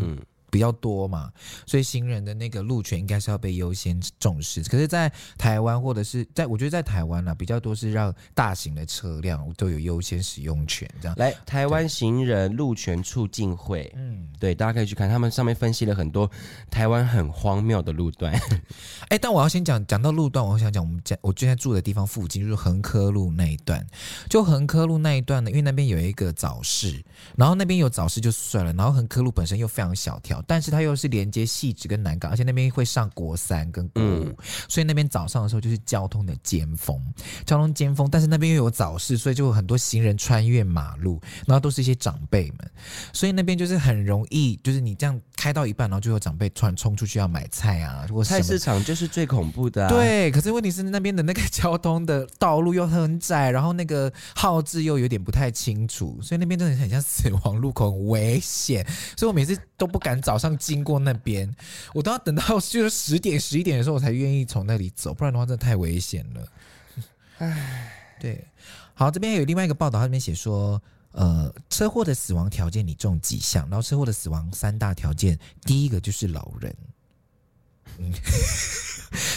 Speaker 2: 比较多嘛，所以行人的那个路权应该是要被优先重视。可是，在台湾或者是在我觉得在台湾啦，比较多是让大型的车辆都有优先使用权这样。
Speaker 1: 来，台湾行人路权促进会，
Speaker 2: 嗯，
Speaker 1: 对，大家可以去看，他们上面分析了很多台湾很荒谬的路段。
Speaker 2: 哎，但我要先讲讲到路段，我想讲我们家我现在住的地方附近就是横科路那一段，就横科路那一段呢，因为那边有一个早市，然后那边有早市就算了，然后横科路本身又非常小条，但是它又是连接细致跟南港，而且那边会上国三跟国五，
Speaker 1: 嗯
Speaker 2: 所以那边早上的时候就是交通的尖峰，交通尖峰，但是那边又有早市，所以就有很多行人穿越马路，然后都是一些长辈们，所以那边就是很容易，就是你这样开到一半，然后就有长辈突然冲出去要买菜啊，或
Speaker 1: 菜
Speaker 2: 是什
Speaker 1: 市
Speaker 2: 么
Speaker 1: 场就是最恐怖的、啊，，
Speaker 2: 对，可是问题是那边的那个交通的道路又很窄，然后那个号志又有点不太清楚，所以那边真的很像死亡路口，很危险。所以我每次都不敢早上经过那边，我都要等到就是十点十一点的时候我才愿意从那里走，不然的话真的太危险了。唉，对。好，这边还有另外一个报道，他这边写说。呃，车祸的死亡条件你中几项？然后车祸的死亡三大条件，第一个就是老人，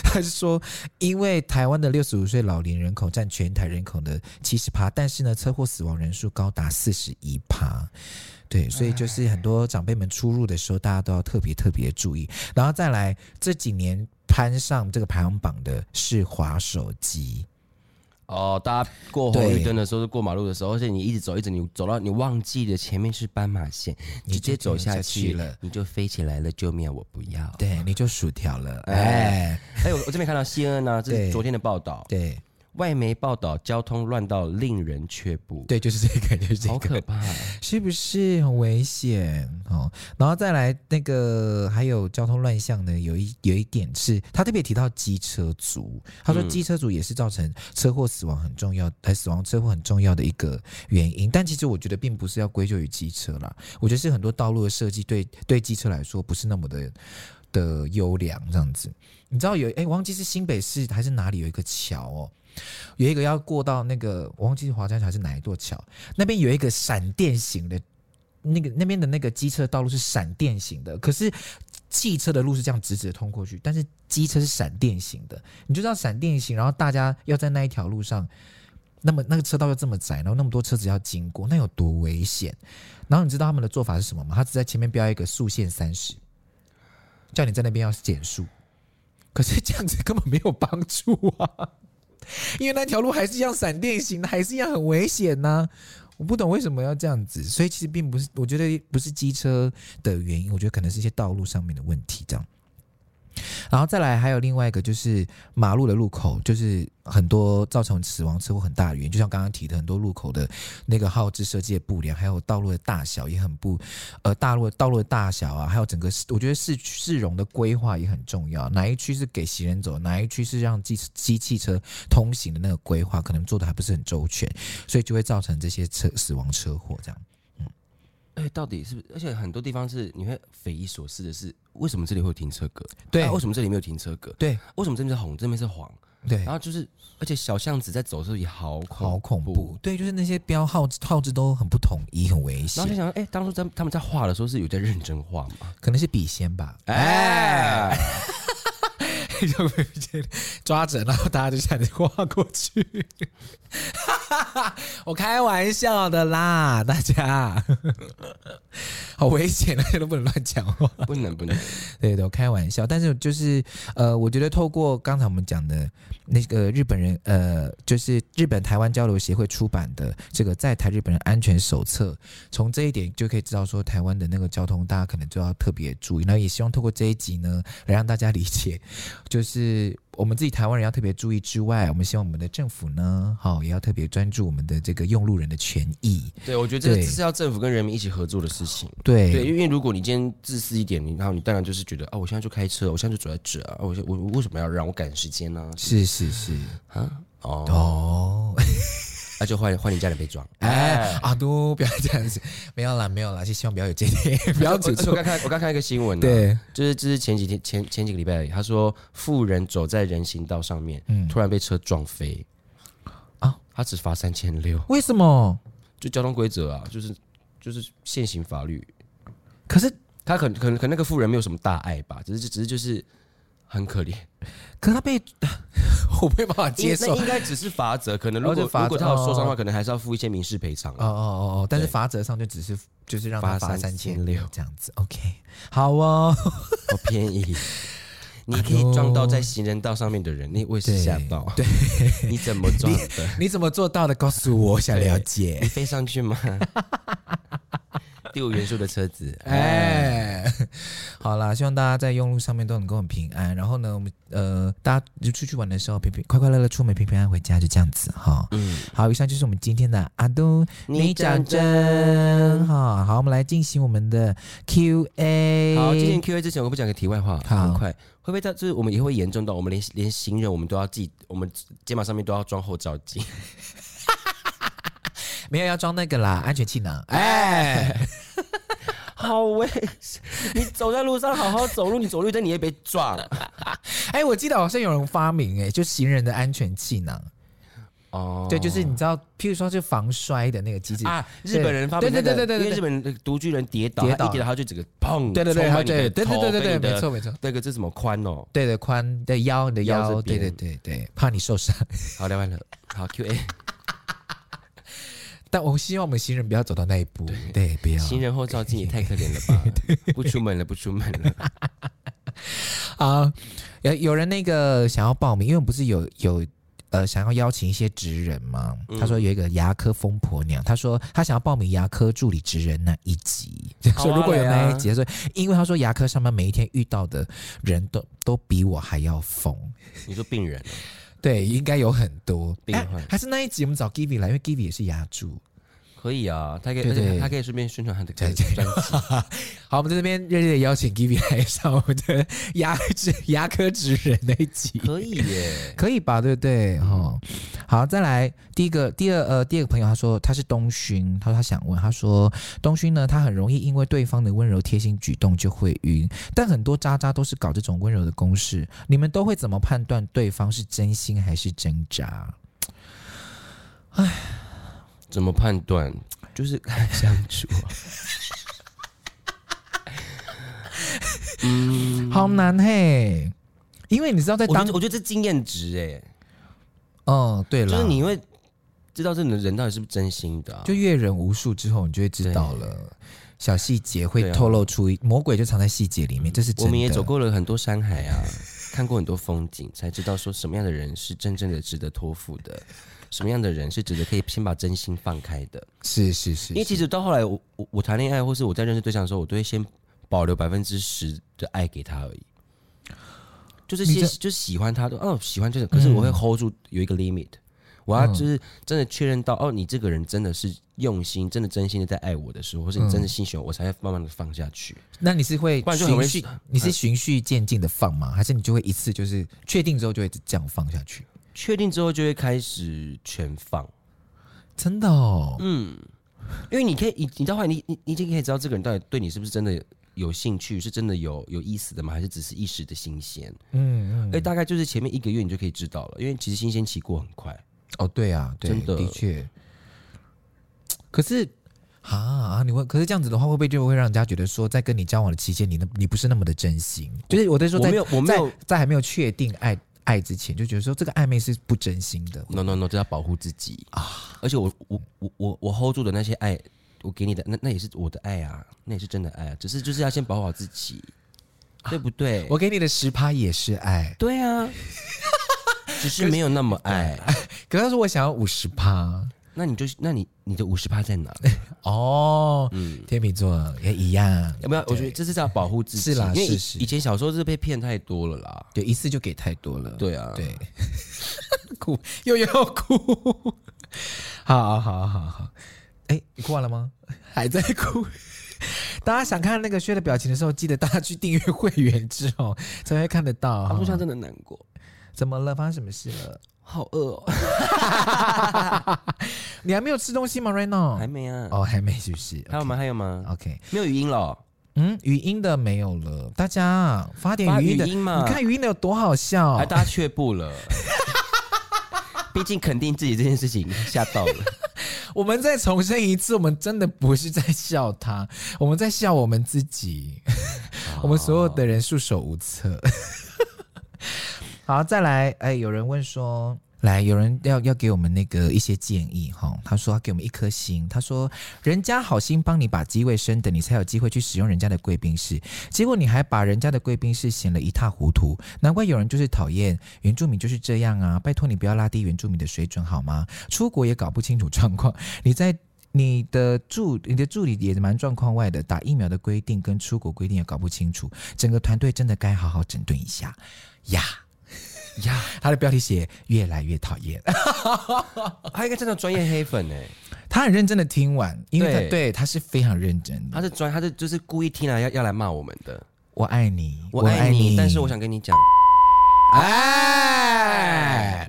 Speaker 2: 他是说，因为台湾的六十五岁老年人口占全台人口的七十趴，但是呢，车祸死亡人数高达四十一趴。对，
Speaker 1: 哎
Speaker 2: 所以就是很多长辈们出入的时候，大家都要特别特别注意。然后再来，这几年攀上这个排行榜的是滑手机，
Speaker 1: 哦，大家过红绿
Speaker 2: 对
Speaker 1: 灯的时候，过马路的时候，而且你一直走，一直你走到你忘记了前面是斑马线，
Speaker 2: 你
Speaker 1: 直接
Speaker 2: 就
Speaker 1: 走
Speaker 2: 掉
Speaker 1: 下
Speaker 2: 下
Speaker 1: 去
Speaker 2: 去了
Speaker 1: 你就飞起来了，救命啊！我不要。
Speaker 2: 对，你就薯条了，
Speaker 1: 哎
Speaker 2: 哎，
Speaker 1: 哎，我我这边看到 CNN 呢、这是
Speaker 2: 对
Speaker 1: 昨天的报道，
Speaker 2: 对
Speaker 1: 外媒报道交通乱到令人却步，
Speaker 2: 对，就是这个，就是这
Speaker 1: 好
Speaker 2: 个，
Speaker 1: 可怕、啊
Speaker 2: 是不是很危险哦？然后再来那个还有交通乱象呢，有一有一点是他特别提到机车族，他说
Speaker 1: 嗯
Speaker 2: 机车族也是造成车祸死亡很重要，呃，死亡车祸很重要的一个原因。但其实我觉得并不是要归咎于机车啦，我觉得是很多道路的设计对对机车来说不是那么的。的优良这样子，你知道有哎、我忘记是新北市还是哪里有一个桥哦，有一个要过到那个，我忘记是华山桥还是哪一座桥，那边有一个闪电型的，那个那边的那个机车道路是闪电型的，可是汽车的路是这样直直的通过去，但是机车是闪电型的，你就知道闪电型，然后大家要在那一条路上，那么那个车道又这么窄，然后那么多车子要经过，那有多危险？然后你知道他们的做法是什么吗？他只在前面标一个速限三十，叫你在那边要减速。可是这样子根本没有帮助啊， 因为那条路还是一样闪电型的，还是一样很危险啊呐、我不懂为什么要这样子，所以其实并不是，我觉得不是机车的原因，我觉得可能是一些道路上面的问题这样。然后再来还有另外一个就是马路的路口，就是很多造成死亡车祸很大的原因，就像刚刚提的很多路口的那个号志设计的不良，还有道路的大小也很不，呃，大路道路的大小啊，还有整个市我觉得市区市容的规划也很重要，哪一区是给行人走，哪一区是让机机汽车通行的那个规划，可能做的还不是很周全，所以就会造成这些车死亡车祸这样。
Speaker 1: 哎，到底是不是？而且很多地方是你会匪夷所思的是，为什么这里会有停车格？
Speaker 2: 对
Speaker 1: 啊为什么这里没有停车格？
Speaker 2: 对
Speaker 1: 为什么这边是红，这边是黄？
Speaker 2: 对
Speaker 1: 然，后就是，而且小巷子在走的时候也好恐
Speaker 2: 好恐怖，对，就是那些标号号志都很不统一，很危
Speaker 1: 然后就
Speaker 2: 险，
Speaker 1: 想，哎、当初在他们在画的时候是有在认真画吗？
Speaker 2: 可能是笔仙吧，哎
Speaker 1: 哎、
Speaker 2: 就被笔仙抓着，然后大家就这样子跨过去。 我开玩笑的啦，大家， 好危险啊，大家都不能乱讲话。
Speaker 1: 不能不能，
Speaker 2: 对对，我开玩笑，但是就是呃，我觉得透过刚才我们讲的那个日本人呃，就是日本台湾交流协会出版的这个在台日本人安全手册，从这一点就可以知道说台湾的那个交通 大家可能就要特别注意。那也希望透过这一集呢，来让大家理解，就是我们自己台湾人要特别注意之外，我们希望我们的政府呢，好也要特别专注我们的这个用路人的权益。
Speaker 1: 对，我觉得这个
Speaker 2: 对
Speaker 1: 是要政府跟人民一起合作的事情。
Speaker 2: 对，
Speaker 1: 对，因为如果你今天自私一点，你然后你当然就是觉得啊，我现在就开车，我现在就走在这啊，啊我现我我为什么要让我赶时间呢？
Speaker 2: 是是是，
Speaker 1: 啊，哦，
Speaker 2: 哦，
Speaker 1: 那就换换你家人被撞。
Speaker 2: 哎，阿都不要这样子，没有啦没有啦，是希望不要有这些，不要
Speaker 1: 我
Speaker 2: 指
Speaker 1: 我
Speaker 2: 错。
Speaker 1: 刚看我刚看一个新闻、啊，，
Speaker 2: 对，
Speaker 1: 就是就是前几天前前几个礼拜而已，他说富人走在人行道上面，
Speaker 2: 嗯
Speaker 1: 突然被车撞飞，
Speaker 2: 啊
Speaker 1: 啊，他只罚三千六，
Speaker 2: 为什么？
Speaker 1: 就交通规则啊，就是就是现行法律，
Speaker 2: 可是
Speaker 1: 他可能可能可能那个富人没有什么大碍吧，只是只是就是很可怜，
Speaker 2: 可是他 被我没办法接受。
Speaker 1: 那
Speaker 2: 哦
Speaker 1: 应该只是罚则，可能如
Speaker 2: 哦
Speaker 1: 果、
Speaker 2: 就罚则
Speaker 1: 如果他有受伤的话，可能还是要付一些民事赔偿
Speaker 2: 哦
Speaker 1: 啊。
Speaker 2: 哦哦！但是
Speaker 1: 对
Speaker 2: 罚则上就只是就是让他
Speaker 1: 罚
Speaker 2: 罚三千
Speaker 1: 3600
Speaker 2: 这样子。OK，好哦。
Speaker 1: 好便宜， 你可以撞到在行人道上面的人，你我也是吓到，对， 你怎么撞的？
Speaker 2: 你怎么做到的？告诉我，我想了解
Speaker 1: 你。飞上去吗？ 第五元素的车子，哎，
Speaker 2: 哎，好啦，希望大家在用路上面都能够很平安。然后呢，我们呃，大家就出去玩的时候平平快快乐乐出门，平平安安回家，就这样子哈。
Speaker 1: 嗯，
Speaker 2: 好，以上就是我们今天的阿东
Speaker 1: 你讲
Speaker 2: 真
Speaker 1: 真。
Speaker 2: 哈。好，我们来进行我们的 Q&A。
Speaker 1: 好，今天 Q&A 之前，我不讲个题外话，
Speaker 2: 好
Speaker 1: 很快会不会到就是我们也会严重到我们连连行人我们都要自己，我们肩膀上面都要装后照镜，
Speaker 2: 没有要装那个啦，安全气囊。哎，
Speaker 1: 好危险！你走在路上好好走路，你走绿灯你也被撞。
Speaker 2: 哎，我记得好像有人发明哎、就行人的安全气囊。
Speaker 1: 哦
Speaker 2: 对，就是你知道，譬如说是防摔的那个机制
Speaker 1: 啊，日本人发
Speaker 2: 对
Speaker 1: 明那个
Speaker 2: 对对对对对
Speaker 1: 因为日本人独居人跌倒，
Speaker 2: 跌
Speaker 1: 他一
Speaker 2: 倒
Speaker 1: 跌倒他就整个砰，
Speaker 2: 对对对，
Speaker 1: 冲到
Speaker 2: 还有
Speaker 1: 你
Speaker 2: 对
Speaker 1: 的
Speaker 2: 对对
Speaker 1: 头
Speaker 2: 对对
Speaker 1: 跟
Speaker 2: 对，
Speaker 1: 你的
Speaker 2: 没错没错。
Speaker 1: 那个这什么宽哦？
Speaker 2: 对的宽的腰，你的
Speaker 1: 腰
Speaker 2: 腰，
Speaker 1: 这
Speaker 2: 对
Speaker 1: 边
Speaker 2: 对对对，怕你受伤。
Speaker 1: 好，聊完了，好
Speaker 2: 哎
Speaker 1: Q A，
Speaker 2: 但我希望我们行人不要走到那一步，对，不要。
Speaker 1: 行人后照镜也太可怜了吧？ 不出门了，不出门了。
Speaker 2: 啊，有有人那个想要报名，因为我们不是有有呃想要邀请一些职人吗？
Speaker 1: 嗯
Speaker 2: 他说有一个牙科疯婆娘，他说他想要报名牙科助理职人那一集，
Speaker 1: 好啊
Speaker 2: 说如果有
Speaker 1: 来啊
Speaker 2: 那一集，他说因为他说牙科上班每一天遇到的人都都比我还要疯，
Speaker 1: 你说病人哦
Speaker 2: 对，应该有很多。
Speaker 1: 病
Speaker 2: 哎
Speaker 1: 患
Speaker 2: 还是那一集我们找 Givi 来，因为 Givi 也是牙助。
Speaker 1: 可以啊，他可以，
Speaker 2: 对
Speaker 1: 而且
Speaker 2: 对
Speaker 1: 他可以顺便宣传他的
Speaker 2: 对
Speaker 1: 专
Speaker 2: 对
Speaker 1: 辑。
Speaker 2: 好，我们在这边热烈的邀请 Givi 来上我们的牙齿牙科职人那一集，
Speaker 1: 可以耶，
Speaker 2: 可以吧？对不对？哦，好，再来第一个，第二呃，第二个朋友他说他是东勋，他说他想问，他说东勋呢，他很容易因为对方的温柔贴心举动就会晕，但很多渣渣都是搞这种温柔的公式，你们都会怎么判断对方是真心还是真渣？
Speaker 1: 怎么判断？就是看相处啊。
Speaker 2: 好难嘿，因为你知道在
Speaker 1: 嗯我觉
Speaker 2: 当
Speaker 1: 得，我觉得这经验值哎，
Speaker 2: 嗯，对了，
Speaker 1: 就是你会知道这个人到底是不是真心的啊。
Speaker 2: 就阅人无数之后，你就会知道了，小细节会
Speaker 1: 对啊
Speaker 2: 透露出、魔鬼就藏在细节里面，这是
Speaker 1: 嗯
Speaker 2: 真的。
Speaker 1: 我们也走过了很多山海啊， 看过很多风景，才知道说什么样的人是真正的值得托付的，什么样的人是值得可以先把真心放开的。
Speaker 2: 是是是，
Speaker 1: 因为其实到后来我，我我谈恋爱或是我在认识对象的时候，我都会先保留百分之十的爱给他而已，就是
Speaker 2: 你
Speaker 1: 先
Speaker 2: 这嗯
Speaker 1: 就喜欢他，哦喜欢就是，可是我会 hold 住有一个 limit，、我要就是真的确认到哦，你这个人真的是用心，真的真心的在爱我的时候，或是你
Speaker 2: 嗯
Speaker 1: 真的心喜欢我，我才会慢慢的放下去。
Speaker 2: 那你是会
Speaker 1: 不然就很
Speaker 2: 循
Speaker 1: 容易
Speaker 2: 序，你是循序渐进的放吗？还是你就会一次就是确定之后就会这样放下去？
Speaker 1: 确定之后就会开始全放，
Speaker 2: 真的哦，
Speaker 1: 嗯因为你可以，你你到后来你你你已经可以知道这个人到底对你是不是真的有兴趣，是真的有有意思的吗？还是只是一时的新鲜？
Speaker 2: 嗯嗯，
Speaker 1: 哎，大概就是前面一个月你就可以知道了，因为其实新鲜期过很快。
Speaker 2: 哦对啊，对，
Speaker 1: 真的
Speaker 2: 确。可是啊啊，你会可是这样子的话，会不会就会让人家觉得说，在跟你交往的期间，你那你不是那么的真心？就是我在说
Speaker 1: 我
Speaker 2: 在，
Speaker 1: 没有我没有
Speaker 2: 在在还没有确定爱爱之前，就觉得说这个暧昧是不真心的。
Speaker 1: No No No，这要保护自己啊！而且我我我我我 hold 住的那些爱，我给你的那那也是我的爱啊，那也是真的爱啊，只是就是要先保护好自己，对不对？
Speaker 2: 我给你的十趴也是爱，
Speaker 1: 对啊，只是没有那么爱。
Speaker 2: 可是他说我想要五十趴，
Speaker 1: 那你就那你你的五十趴在哪？
Speaker 2: 哦，
Speaker 1: 嗯，
Speaker 2: 天秤座也一样，
Speaker 1: 要不要？我觉得这是在保护自己，
Speaker 2: 是啦
Speaker 1: 因为以
Speaker 2: 是是
Speaker 1: 以前小时候是被骗太多了啦。
Speaker 2: 对一次就给太多了，
Speaker 1: 对啊，
Speaker 2: 对， 哭又要哭，好好好好，哎，你哭完了吗？ 还在哭。大家想看那个薛的表情的时候，记得大家去订阅会员制哦，才会看得到
Speaker 1: 阿
Speaker 2: 哈。
Speaker 1: 路上真的难过，
Speaker 2: 怎么了？发生什么事了？
Speaker 1: 好饿哦，
Speaker 2: 你还没有吃东西吗，Reno？
Speaker 1: 还没啊？
Speaker 2: 哦，还没，是不是
Speaker 1: 还有吗？还有吗？
Speaker 2: ？OK，
Speaker 1: 没有语音了哦，
Speaker 2: 嗯，语音的没有了，大家发点
Speaker 1: 发
Speaker 2: 语音的，
Speaker 1: 语音嘛
Speaker 2: 你看语音的有多好笑
Speaker 1: 还，大家却步了。哦 毕竟肯定自己这件事情吓到了，
Speaker 2: 我们再重申一次，我们真的不是在笑他， 我们在笑我们自己， 我们所有的人束手无策。 好，再来，哎，有人问说。来，有人要要给我们那个一些建议哈、他说他给我们一颗星，他说人家好心帮你把机位升等，你才有机会去使用人家的贵宾室，结果你还把人家的贵宾室显得一塌糊涂，难怪有人就是讨厌原住民就是这样啊！拜托你不要拉低原住民的水准好吗？出国也搞不清楚状况，你在。你的助你的助理也蛮状况外的，打疫苗的规定跟出国规定也搞不清楚，整个团队真的该好好整顿一下呀呀！ 他的标题写越来越讨厌，
Speaker 1: 他应该真的专业黑粉哎，
Speaker 2: 他很认真的听完，因为他
Speaker 1: 对
Speaker 2: 对他是非常认真的。
Speaker 1: 他是专他是就是故意听来要要来骂我们的，
Speaker 2: 我爱你，
Speaker 1: 我爱你，但是我想跟你讲，
Speaker 2: 哎，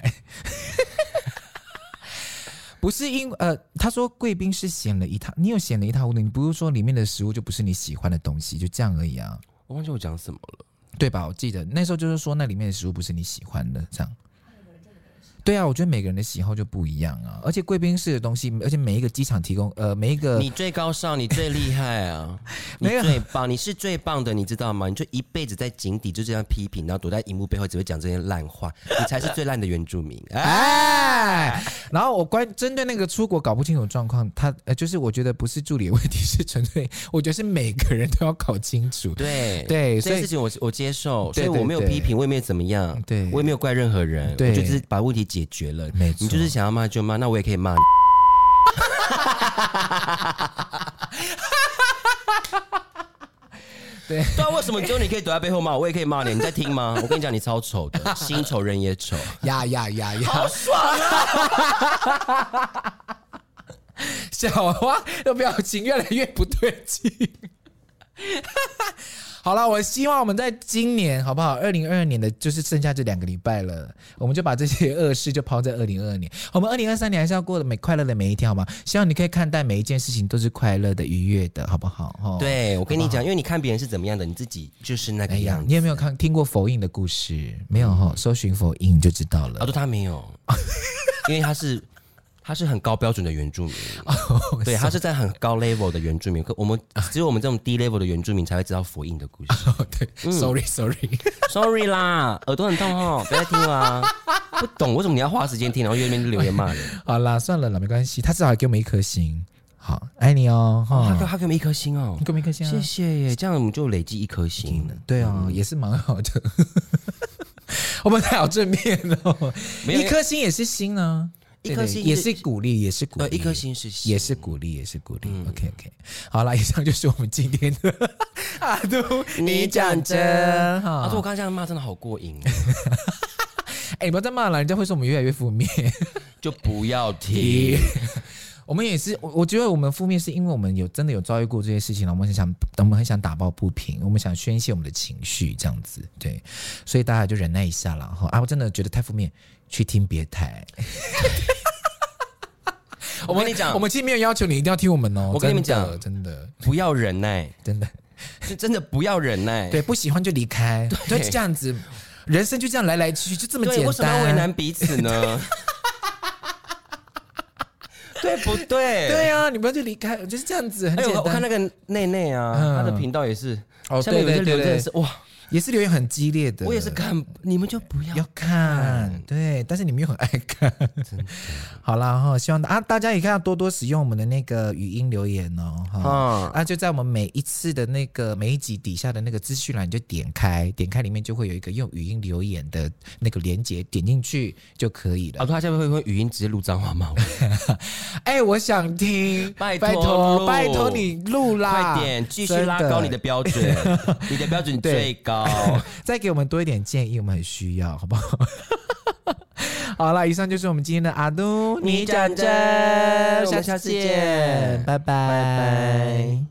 Speaker 2: 不是因呃，他说贵宾是显了一塌，你有显了一塌糊涂，你不是说里面的食物就不是你喜欢的东西，就这样而已啊，
Speaker 1: 我忘记我讲什么了。
Speaker 2: 对吧？我记得那时候就是说那里面的食物不是你喜欢的，这样。对啊，我觉得每个人的喜好就不一样啊，而且贵宾室的东西，而且每一个机场提供，呃，每一个
Speaker 1: 你最高尚，你最厉害 啊！你
Speaker 2: 没有
Speaker 1: 最棒，你是最棒的，你知道吗？你就一辈子在井底就这样批评，然后躲在荧幕背后只会讲这些烂话，你才是最烂的原住民。哎
Speaker 2: 哎，然后我关针对那个出国搞不清楚状况，他呃，就是我觉得不是助理的问题，是纯粹我觉得是每个人都要搞清楚。
Speaker 1: 对
Speaker 2: 对
Speaker 1: 这
Speaker 2: 所以
Speaker 1: 件事情我我接受，所
Speaker 2: 对
Speaker 1: 以我没有
Speaker 2: 对对
Speaker 1: 批评，我也没有怎么样，
Speaker 2: 对
Speaker 1: 我也没有怪任何人，
Speaker 2: 对
Speaker 1: 我就只是把问题解决了。
Speaker 2: 没错
Speaker 1: 你就是想要骂就骂，那我也可以骂 你。
Speaker 2: 对
Speaker 1: 对啊，为什么只有你可以躲在背后骂我，我也可以骂你？你在听吗？我跟你讲，你超丑的，心丑人也丑。
Speaker 2: 呀呀呀呀！好爽啊！ 小花的表情越来越不对劲。 好了，我希望我们在今年好不好？二零二二年的就是剩下这两个礼拜了，我们就把这些恶事就抛在二零二二年。我们二零二三年还是要过得每快乐的每一天，好吗？希望你可以看待每一件事情都是快乐的、愉悦的，好不好？哦，
Speaker 1: 对，我跟你讲，因为你看别人是怎么样的，你自己就是那个
Speaker 2: 哎呀
Speaker 1: 样，子。
Speaker 2: 你有没有看听过佛印的故事？没有哈、搜寻佛印就知道了
Speaker 1: 啊，。对，他没 有，因为他是他是很高标准的原住民，
Speaker 2: 哦
Speaker 1: 对，他是在很高 level 的原住民。可我们
Speaker 2: 啊
Speaker 1: 只有我们这种低 level 的原住民才会知道佛印的故事。
Speaker 2: 哦，对、s o r r y sorry。
Speaker 1: Sorry 啦，耳朵很痛哦，不要再听了啊！不懂为什么你要花时间听，然后又在那边留言骂人。
Speaker 2: 好啦，算了啦，没关系，他至少还给我们一颗星，好，爱你哦，哈、
Speaker 1: 他给他给我们一颗星哦
Speaker 2: 你，给我们一颗星、啊，
Speaker 1: 谢谢耶，这样我们就累积一颗星了。
Speaker 2: 对哦，也是蛮好的， 我们太好正面哦，
Speaker 1: 没有
Speaker 2: 一颗星也是星呢、
Speaker 1: 一颗星
Speaker 2: 对对也是鼓励，也是鼓
Speaker 1: 呃，
Speaker 2: 励，
Speaker 1: 一颗。星是星
Speaker 2: 也是鼓励，也是鼓励。OK OK，好啦，以上就是我们今天 的阿杜，你讲真哈。
Speaker 1: 啊，对我刚刚这样骂真的好过瘾哦，
Speaker 2: 哎、你不要再骂了，人家会说我们越来越负面。
Speaker 1: 就不要 听。
Speaker 2: 我们也是，我我觉得我们负面是因为我们有真的有遭遇过这些事情了，我们很想，我们很想打抱不平，我们想宣泄我们的情绪，这样子，对，所以大家就忍耐一下啦。哈。啊，我真的觉得太负面，去听别台。
Speaker 1: 我跟你讲
Speaker 2: 我，们其实没有要求你一定要听我们哦。
Speaker 1: 啊我跟你们
Speaker 2: 真的
Speaker 1: 讲
Speaker 2: 真的
Speaker 1: 不要忍耐，
Speaker 2: 真的，
Speaker 1: 是真的不要忍耐。
Speaker 2: 对，不喜欢就离开，就这样子，人生就这样来来去去，就这么
Speaker 1: 对，
Speaker 2: 简
Speaker 1: 为什么要
Speaker 2: 单。
Speaker 1: 为难彼此 呢？对不对？
Speaker 2: 对啊，你不要就离开，就是这样子，很
Speaker 1: 哎
Speaker 2: 简
Speaker 1: 呦，
Speaker 2: 单。
Speaker 1: 我看那个内内啊，
Speaker 2: 嗯
Speaker 1: 他的频道也是，
Speaker 2: 哦
Speaker 1: 下面有一
Speaker 2: 对对
Speaker 1: 些留言
Speaker 2: 对
Speaker 1: 真的是哇，
Speaker 2: 也是留言很激烈的，
Speaker 1: 我也是看，你们就不要
Speaker 2: 要看，对，但是你们又很爱看，好啦哈，希望啊大家也看要多多使用我们的那个语音留言哦，哈。
Speaker 1: 啊，
Speaker 2: 啊，就在我们每一次的那个每一集底下的那个资讯栏，你就点开，点开里面就会有一个用语音留言的那个连接，点进去就可以
Speaker 1: 啊，
Speaker 2: 了。
Speaker 1: 对他下面会不会语音直接录脏话骂我？
Speaker 2: 哎、我想听，
Speaker 1: 拜托
Speaker 2: 拜托，
Speaker 1: 录
Speaker 2: 拜托你录啦，
Speaker 1: 快点，继续
Speaker 2: 真
Speaker 1: 拉高你的标 准，你的标准最高。
Speaker 2: 再给我们多一点建议，我们很需要，好不 好？好了，以上就是我们今天的阿东
Speaker 1: 你讲真我们
Speaker 2: 下
Speaker 1: 下
Speaker 2: 次
Speaker 1: 次
Speaker 2: 见
Speaker 1: 见，
Speaker 2: 拜拜
Speaker 1: 拜拜